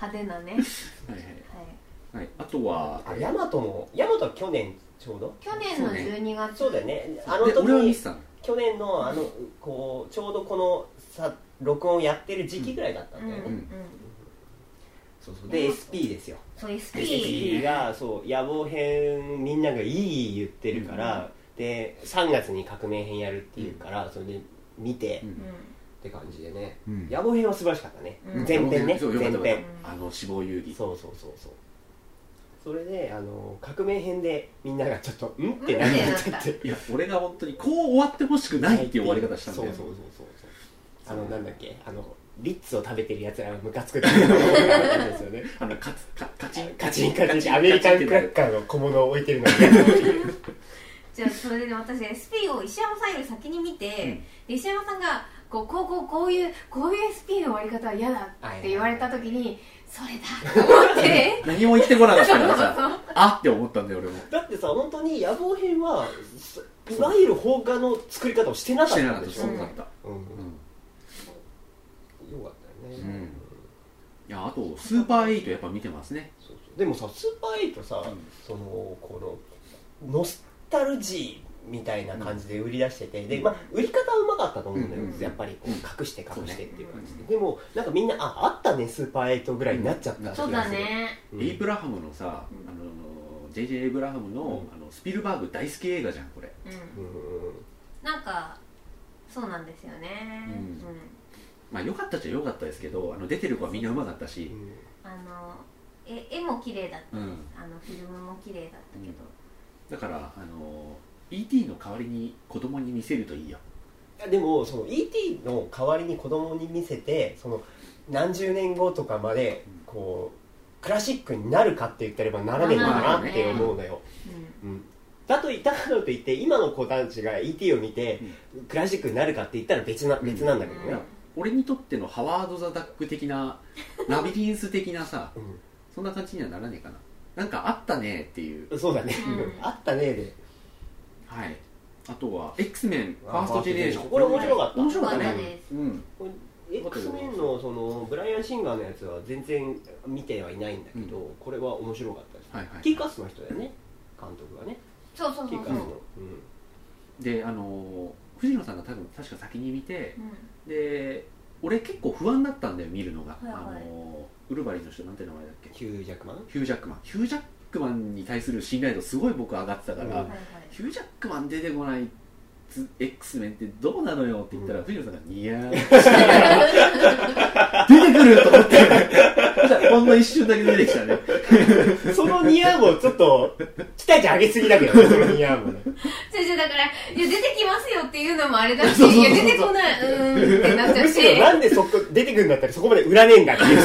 [SPEAKER 2] 派手なね、は
[SPEAKER 1] は
[SPEAKER 2] い、
[SPEAKER 1] い、あとは、
[SPEAKER 3] あヤマトもヤマトは去年ちょうど
[SPEAKER 2] 去年の12月
[SPEAKER 3] そうだよねあの
[SPEAKER 1] で俺はミ
[SPEAKER 3] 時
[SPEAKER 1] スさん、
[SPEAKER 3] 去年のあのこうちょうどこのさ録音やってる時期ぐらいだった
[SPEAKER 2] うんん
[SPEAKER 3] だ
[SPEAKER 2] う
[SPEAKER 3] よね、
[SPEAKER 2] んうん
[SPEAKER 3] そうそうで SP ですよ
[SPEAKER 2] そう SP
[SPEAKER 3] SP がそう野望編みんながいい言ってるから、で3月に革命編やるっていうから、それで見て、
[SPEAKER 1] うん
[SPEAKER 3] って感じでね
[SPEAKER 1] うん
[SPEAKER 3] 野望編は素晴らしかったね、
[SPEAKER 2] うん
[SPEAKER 3] 前編ね
[SPEAKER 1] そうよかったよか
[SPEAKER 3] 前
[SPEAKER 1] っ
[SPEAKER 3] 編
[SPEAKER 1] たあの死亡遊戯、
[SPEAKER 3] そうそうそうそうそれであの革命編でみんながちょっと「ん?」ってなっちゃって
[SPEAKER 1] いや、俺が本当にこう終わってほしくないっていう終わり方したんだ
[SPEAKER 3] そう
[SPEAKER 1] よ
[SPEAKER 3] そう、そうそう
[SPEAKER 1] そ
[SPEAKER 3] そううあのなんだっけあのリッツを食べてるやつらがムカつくっていうのが面白かったですよね
[SPEAKER 1] あのカツカカチン、
[SPEAKER 3] カチンカチンアメリカンクラッカーの小物を置いてるのに
[SPEAKER 2] じゃあそれで私 SP を石山さんより先に見て、
[SPEAKER 1] うん
[SPEAKER 2] で石山さんがこうこうこうこういうこういう SP の終わり方は嫌だって言われた時にそれだと思って
[SPEAKER 1] 何も言ってこなかったからさ、あって思ったんだよ、俺も。
[SPEAKER 3] だってさ本当に野望編はそいわゆる放火の作り方をしてなか
[SPEAKER 1] し
[SPEAKER 3] って
[SPEAKER 1] なかっ
[SPEAKER 3] たん
[SPEAKER 1] た
[SPEAKER 3] で
[SPEAKER 1] し、
[SPEAKER 3] し
[SPEAKER 1] そ
[SPEAKER 3] ょ、
[SPEAKER 1] うだった。
[SPEAKER 3] うん
[SPEAKER 1] うん
[SPEAKER 3] よかったよ
[SPEAKER 1] う
[SPEAKER 3] ね、
[SPEAKER 1] んいやあとスーパーエイトやっぱ見てますね、
[SPEAKER 3] そうそうでもさスーパーエイトさ、
[SPEAKER 1] うん
[SPEAKER 3] そのこのノスタルジーみたいな感じで売り出してて、でまあ、売り方はうまかったと思うんだよ、
[SPEAKER 2] うん
[SPEAKER 3] やっぱりこう
[SPEAKER 1] うん
[SPEAKER 3] 隠して隠してっていう感じ
[SPEAKER 1] そう
[SPEAKER 3] で、
[SPEAKER 1] ね
[SPEAKER 3] でもなんかみんなああったねスーパーエイトぐらいになっちゃった気がす
[SPEAKER 2] そ
[SPEAKER 3] る
[SPEAKER 2] うだ、ね
[SPEAKER 3] うん
[SPEAKER 1] エイブラハムのさ、
[SPEAKER 2] うん
[SPEAKER 1] あの JJ エイブラハムの,、
[SPEAKER 3] う
[SPEAKER 1] あのスピルバーグ大好き映画じゃんこれ
[SPEAKER 2] うん
[SPEAKER 3] うん
[SPEAKER 2] なんかそうなんですよね
[SPEAKER 1] う
[SPEAKER 2] うんん、
[SPEAKER 1] まあ良かったっちゃ良かったですけどあの出てる子はみんなうまかったし、
[SPEAKER 2] あのえ絵も綺麗だった、
[SPEAKER 1] うん
[SPEAKER 2] あのフィルムも綺麗だったけど、
[SPEAKER 1] だからあの E.T. の代わりに子供に見せるといいよ
[SPEAKER 3] いやでもその E.T. の代わりに子供に見せてその何十年後とかまでこうクラシックになるかって言ってればならねえのかなって思うのよ、
[SPEAKER 2] うん
[SPEAKER 3] うん、だとだからといって今の子たちが E.T. を見てクラシックになるかって言ったら別な別なんだけど
[SPEAKER 2] うん
[SPEAKER 3] ね、
[SPEAKER 1] 俺にとってのハワード・ザ・ダック的なラビリンス的なさ
[SPEAKER 3] うん
[SPEAKER 1] そんな感じにはならねえかななんかあったねっていう
[SPEAKER 3] そうだね、
[SPEAKER 2] うん
[SPEAKER 3] あったねで
[SPEAKER 1] はいあとは X メンファーストジェネレーション
[SPEAKER 3] これ面白かった
[SPEAKER 1] 面白かった
[SPEAKER 2] よ
[SPEAKER 1] ね
[SPEAKER 2] です
[SPEAKER 1] うん
[SPEAKER 3] これ X メンのそのブライアン・シンガーのやつは全然見てはいないんだけど、これは面白かったです、
[SPEAKER 1] はいはい
[SPEAKER 3] キーカスの人だよね監督がね
[SPEAKER 2] そうそう
[SPEAKER 3] キ
[SPEAKER 2] そ
[SPEAKER 3] ー
[SPEAKER 2] う
[SPEAKER 3] カ
[SPEAKER 2] そう
[SPEAKER 3] ス
[SPEAKER 2] う
[SPEAKER 3] の
[SPEAKER 2] ん、
[SPEAKER 3] うん
[SPEAKER 1] であのー藤野さんが多分確か先に見てで俺結構不安だったんだよ見るのが、
[SPEAKER 2] いはい
[SPEAKER 1] あのウルヴァリンの人なんて名前だっけ
[SPEAKER 3] 9弱万
[SPEAKER 1] ヒュージャックマンヒュージャックマンに対する信頼度すごい僕上がってたから、
[SPEAKER 3] う
[SPEAKER 2] はいはい
[SPEAKER 1] ヒュージャックマン出てこないつ X メンってどうなのよって言ったら、
[SPEAKER 3] うん
[SPEAKER 1] 藤野さんがニヤー出てく ると思ってそしたらほんの一瞬だけ出てきたね
[SPEAKER 3] そのニヤもちょっと期待値上げすぎだけどねそのニヤもね
[SPEAKER 2] 先生だから「いや出てきますよ」っていうのもあれだし 「
[SPEAKER 1] そうそう
[SPEAKER 2] い
[SPEAKER 1] そう
[SPEAKER 2] や出てこないうーん」ってなっちゃ う
[SPEAKER 3] む
[SPEAKER 2] し
[SPEAKER 3] しろなんでそこ出てくるんだったらそこまで売らねえんだっていう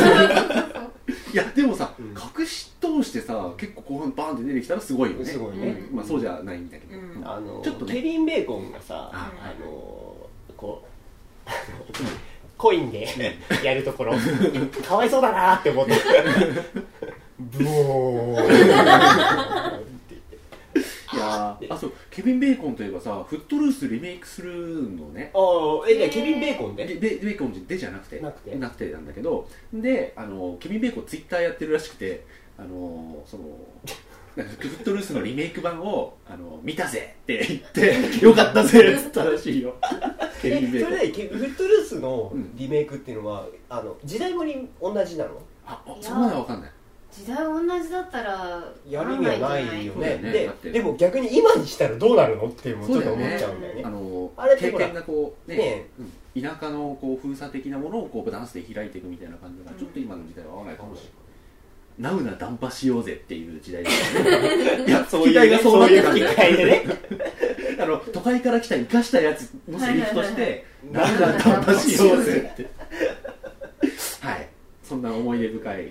[SPEAKER 1] いやでもさ、
[SPEAKER 3] うん
[SPEAKER 1] 隠し通してさ結構後半バーンって出てきたらすごいよね
[SPEAKER 3] すごい
[SPEAKER 2] ね
[SPEAKER 1] うんまあそうじゃないんだけど、
[SPEAKER 2] うん
[SPEAKER 1] うん
[SPEAKER 3] あの
[SPEAKER 1] ちょっとね
[SPEAKER 3] ケビン・ベーコンがさ
[SPEAKER 1] あ
[SPEAKER 3] あ
[SPEAKER 1] はい
[SPEAKER 3] のこうコインでやるところかわいそうだなって思ってブオーって
[SPEAKER 1] いやーあそうケビン・ベーコンといえばさフットルースリメイクするのね
[SPEAKER 3] ああえじゃあケビン・ベーコン
[SPEAKER 1] で
[SPEAKER 3] で
[SPEAKER 1] ベベーコンでじゃなくて
[SPEAKER 3] なくて
[SPEAKER 1] なんだけどであのケビン・ベーコンツイッターやってるらしくてあのそのなんかフットルースのリメイク版をあの見たぜって言 ってよかったぜっつったらしいよケ
[SPEAKER 3] え
[SPEAKER 1] ビン・ベー
[SPEAKER 3] そ
[SPEAKER 1] コ
[SPEAKER 3] れ
[SPEAKER 1] ン
[SPEAKER 3] でケフットルースの
[SPEAKER 1] うん
[SPEAKER 3] リメイクっていうのはあの時代もに同じなの
[SPEAKER 1] ああそんなのわかんない
[SPEAKER 2] 時代同じだったら
[SPEAKER 3] やる意味はないよ
[SPEAKER 1] そうだ
[SPEAKER 3] ね
[SPEAKER 1] よねだって
[SPEAKER 3] ででも逆に今にしたらどうなるのっていうのをちょっと思っちゃうんだよね
[SPEAKER 1] あの
[SPEAKER 3] あれって
[SPEAKER 1] 経
[SPEAKER 3] ほら
[SPEAKER 1] 験がこうね
[SPEAKER 3] ね
[SPEAKER 1] うん田舎のこう封鎖的なものをこうダンスで開いていくみたいな感じが
[SPEAKER 2] うん
[SPEAKER 1] ちょっと今の時代は合わないかもしれない、ナウなダンパしようぜっていう時代だよ ねいや
[SPEAKER 3] そう
[SPEAKER 1] 時
[SPEAKER 3] いう
[SPEAKER 1] 代
[SPEAKER 3] ね
[SPEAKER 1] がそう
[SPEAKER 3] そ
[SPEAKER 1] な
[SPEAKER 3] う
[SPEAKER 1] っ
[SPEAKER 3] い
[SPEAKER 1] て
[SPEAKER 3] う
[SPEAKER 1] たん
[SPEAKER 3] 吹き
[SPEAKER 1] だよ
[SPEAKER 3] 替えでね
[SPEAKER 1] あの都会から来た生かしたやつのセリフとし
[SPEAKER 2] はい
[SPEAKER 1] て「
[SPEAKER 3] はい
[SPEAKER 1] な
[SPEAKER 3] は
[SPEAKER 1] ん
[SPEAKER 3] い
[SPEAKER 1] だったんだしようぜ」ってはいそんな思い出深い
[SPEAKER 2] は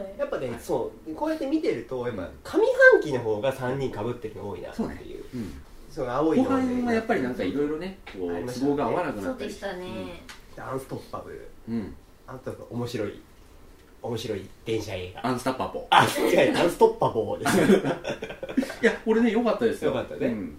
[SPEAKER 2] い
[SPEAKER 3] やっぱね、そうこうやって見てるとやっぱ上半期の方が3人かぶってるの多いなって
[SPEAKER 1] そうね
[SPEAKER 3] いう
[SPEAKER 1] うん
[SPEAKER 3] その青い
[SPEAKER 1] 後
[SPEAKER 3] のね
[SPEAKER 1] 半はやっぱりなんかいろいろねこ
[SPEAKER 3] あり
[SPEAKER 1] う
[SPEAKER 3] まし
[SPEAKER 1] 都合
[SPEAKER 3] たね
[SPEAKER 1] が合わなくな
[SPEAKER 2] そ
[SPEAKER 1] っ
[SPEAKER 2] う
[SPEAKER 1] た
[SPEAKER 2] で
[SPEAKER 1] り
[SPEAKER 2] したね、
[SPEAKER 3] アンストッパブル
[SPEAKER 1] うん
[SPEAKER 3] あと面白い面白い電車映画
[SPEAKER 1] アンスタッパーポ
[SPEAKER 3] あ違うアンストッパボーです
[SPEAKER 1] いや俺ね良かったですよ
[SPEAKER 3] よかったね、
[SPEAKER 1] うん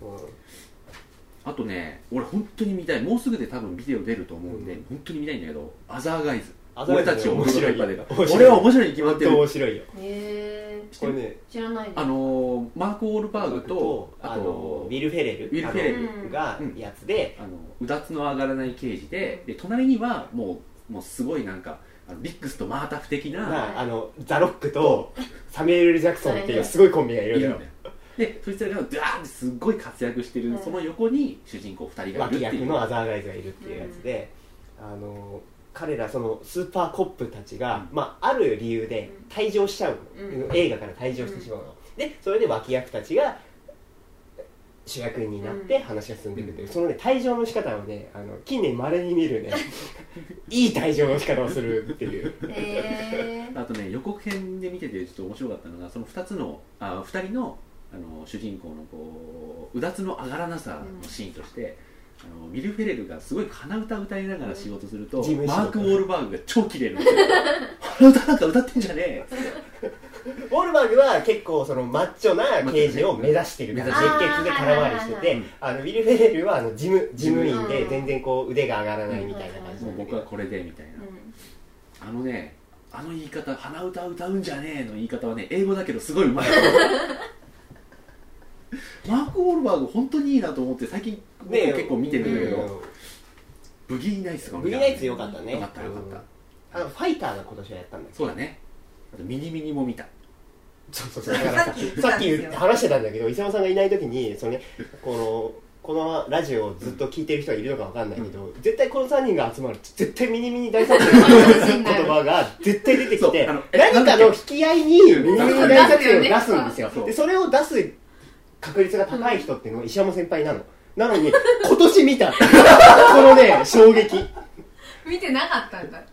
[SPEAKER 1] あとね、俺本当に見たい、もうすぐで多分ビデオ出ると思うんで、
[SPEAKER 3] うん
[SPEAKER 1] 本当に見たいんだけど、アザーガイズ。
[SPEAKER 3] アザーガイズ
[SPEAKER 1] 俺たちを面白い
[SPEAKER 3] 面白い
[SPEAKER 1] 俺は面白いに決ま
[SPEAKER 3] 本
[SPEAKER 1] って
[SPEAKER 3] 当
[SPEAKER 1] る。
[SPEAKER 3] 面白いよ
[SPEAKER 2] へえ
[SPEAKER 3] これね
[SPEAKER 2] 知らないです
[SPEAKER 1] あのー、マーク・オールバーグと、あ
[SPEAKER 3] あの
[SPEAKER 1] と
[SPEAKER 3] ウ、ィル・フェレル
[SPEAKER 1] ウィルフェレ
[SPEAKER 2] ル
[SPEAKER 3] あの
[SPEAKER 1] うん
[SPEAKER 3] がやつで、
[SPEAKER 1] あのうだつの上がらない刑事で、で隣にはもう、もうすごいなんか、あのリックスとマータフ的な、
[SPEAKER 3] まあ、あのザ・ロックとサミュエル・ジャクソンっていうすごいコンビがい
[SPEAKER 1] いる
[SPEAKER 3] るん
[SPEAKER 1] ん
[SPEAKER 3] だ
[SPEAKER 1] だ
[SPEAKER 3] よ
[SPEAKER 1] よ。で、そいつらがダーってすっごい活躍してる、
[SPEAKER 2] うん
[SPEAKER 1] その横に主人公2人がいる
[SPEAKER 3] 脇
[SPEAKER 1] って
[SPEAKER 3] 役
[SPEAKER 1] いう。
[SPEAKER 3] のアザーガイズがいるっていうやつで、あの彼らそのスーパーコップたちが、
[SPEAKER 1] う
[SPEAKER 3] まあ、ある理由で退場しちゃうの、
[SPEAKER 2] う
[SPEAKER 3] 映画から退場してしまうの、でそれで脇役たちが主役になって
[SPEAKER 2] うん
[SPEAKER 3] 話が進んでいくっていう、そのね退場の仕方をねあの近年まれに見 るねいい退場の仕方をするっていう
[SPEAKER 2] へえ
[SPEAKER 1] あとね予告編で見ててちょっと面白かったのがその2つのあ2人のあの主人公のこううだつの上がらなさのシーンとして、あのミル・フェレルがすごい鼻歌歌いながら仕事すると、
[SPEAKER 3] うん事務
[SPEAKER 1] マ
[SPEAKER 3] 仕
[SPEAKER 1] ー
[SPEAKER 3] 事
[SPEAKER 1] ク・ウォールバーグが超綺麗なんですよ鼻歌なんか歌ってんじゃねえ
[SPEAKER 3] ウォルバーグは結構そのマッチョな刑事を目指してる
[SPEAKER 1] マ
[SPEAKER 3] か
[SPEAKER 1] ッチ
[SPEAKER 3] ら
[SPEAKER 1] ョ
[SPEAKER 2] ね
[SPEAKER 3] 熱血で空回りし
[SPEAKER 1] あーはいはい
[SPEAKER 3] て
[SPEAKER 1] はい
[SPEAKER 3] てあのウィル・フェレルはあの事務事務員
[SPEAKER 2] う
[SPEAKER 3] で
[SPEAKER 2] ん
[SPEAKER 3] 全然こう腕が上がらないみたいな感じ
[SPEAKER 1] もうん
[SPEAKER 3] なだけ
[SPEAKER 1] 僕は
[SPEAKER 3] ど
[SPEAKER 1] これでみたいな、
[SPEAKER 2] うん
[SPEAKER 1] あのねあの言い方鼻歌歌うんじゃねえの言い方はね英語だけどすごいうまいマーク・ウォールバーグ本当にいいなと思って最近僕
[SPEAKER 3] ねえ
[SPEAKER 1] 結構見てるんだけど、
[SPEAKER 3] うん
[SPEAKER 1] ブギーナイツが
[SPEAKER 3] ブギーナイツ良かったね
[SPEAKER 1] よかったよかった、
[SPEAKER 3] うんあのファイターが今年はやったんだけ
[SPEAKER 1] そうだねあとミニミニも見た
[SPEAKER 3] どそうそうそうだから
[SPEAKER 2] さ
[SPEAKER 3] さ
[SPEAKER 2] っき言って
[SPEAKER 3] さ
[SPEAKER 2] たん
[SPEAKER 3] っき
[SPEAKER 2] です
[SPEAKER 3] 言
[SPEAKER 2] よ
[SPEAKER 3] って話してたんだけど伊沢さんがいない時にその、ね、このこのラジオをずっと聞いてる人がいるのかわかんないけど、絶対この3人が集まると絶対ミニミニ大作戦っていう言葉が絶対出てき
[SPEAKER 1] そ
[SPEAKER 3] て
[SPEAKER 1] うあのえ
[SPEAKER 3] 何かの引き合いにミニミニ大作戦を出すんです
[SPEAKER 1] そう
[SPEAKER 3] よでそれを出す確率が高い人っていうのは石山先輩なのなのに今年見たこのね衝撃
[SPEAKER 2] 見てなかったんだ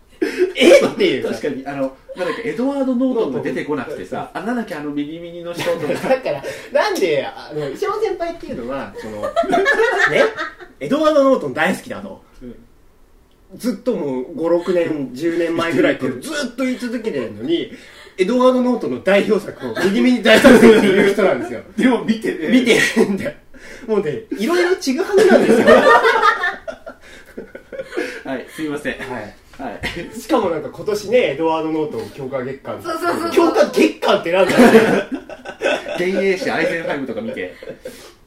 [SPEAKER 3] えっていう
[SPEAKER 1] 確かにあのなんだっけエドワード・ノートンが出てこなくてさあなんだっけあのミニミニの人とか
[SPEAKER 3] だから、なんで、あの、石山先輩っていうのは、その、ね、エドワード・ノートン大好きだと。ずっともう5、6年、10年前ぐらいからずっと言い続けてるのに、エドワード・ノートンの代表作を右目に大作戦っていう人なんですよ。
[SPEAKER 1] でも見てね
[SPEAKER 3] 見てるんだよ。もうね、いろいろちぐはぐなんですよ。
[SPEAKER 1] はいすいませんはい、
[SPEAKER 3] しかもなんか今年ね、エドワード・ノートン強化月間。
[SPEAKER 2] そうそうそう
[SPEAKER 3] 強化月間ってなんだよ。
[SPEAKER 1] 幻影師アイゼンハイムとか見て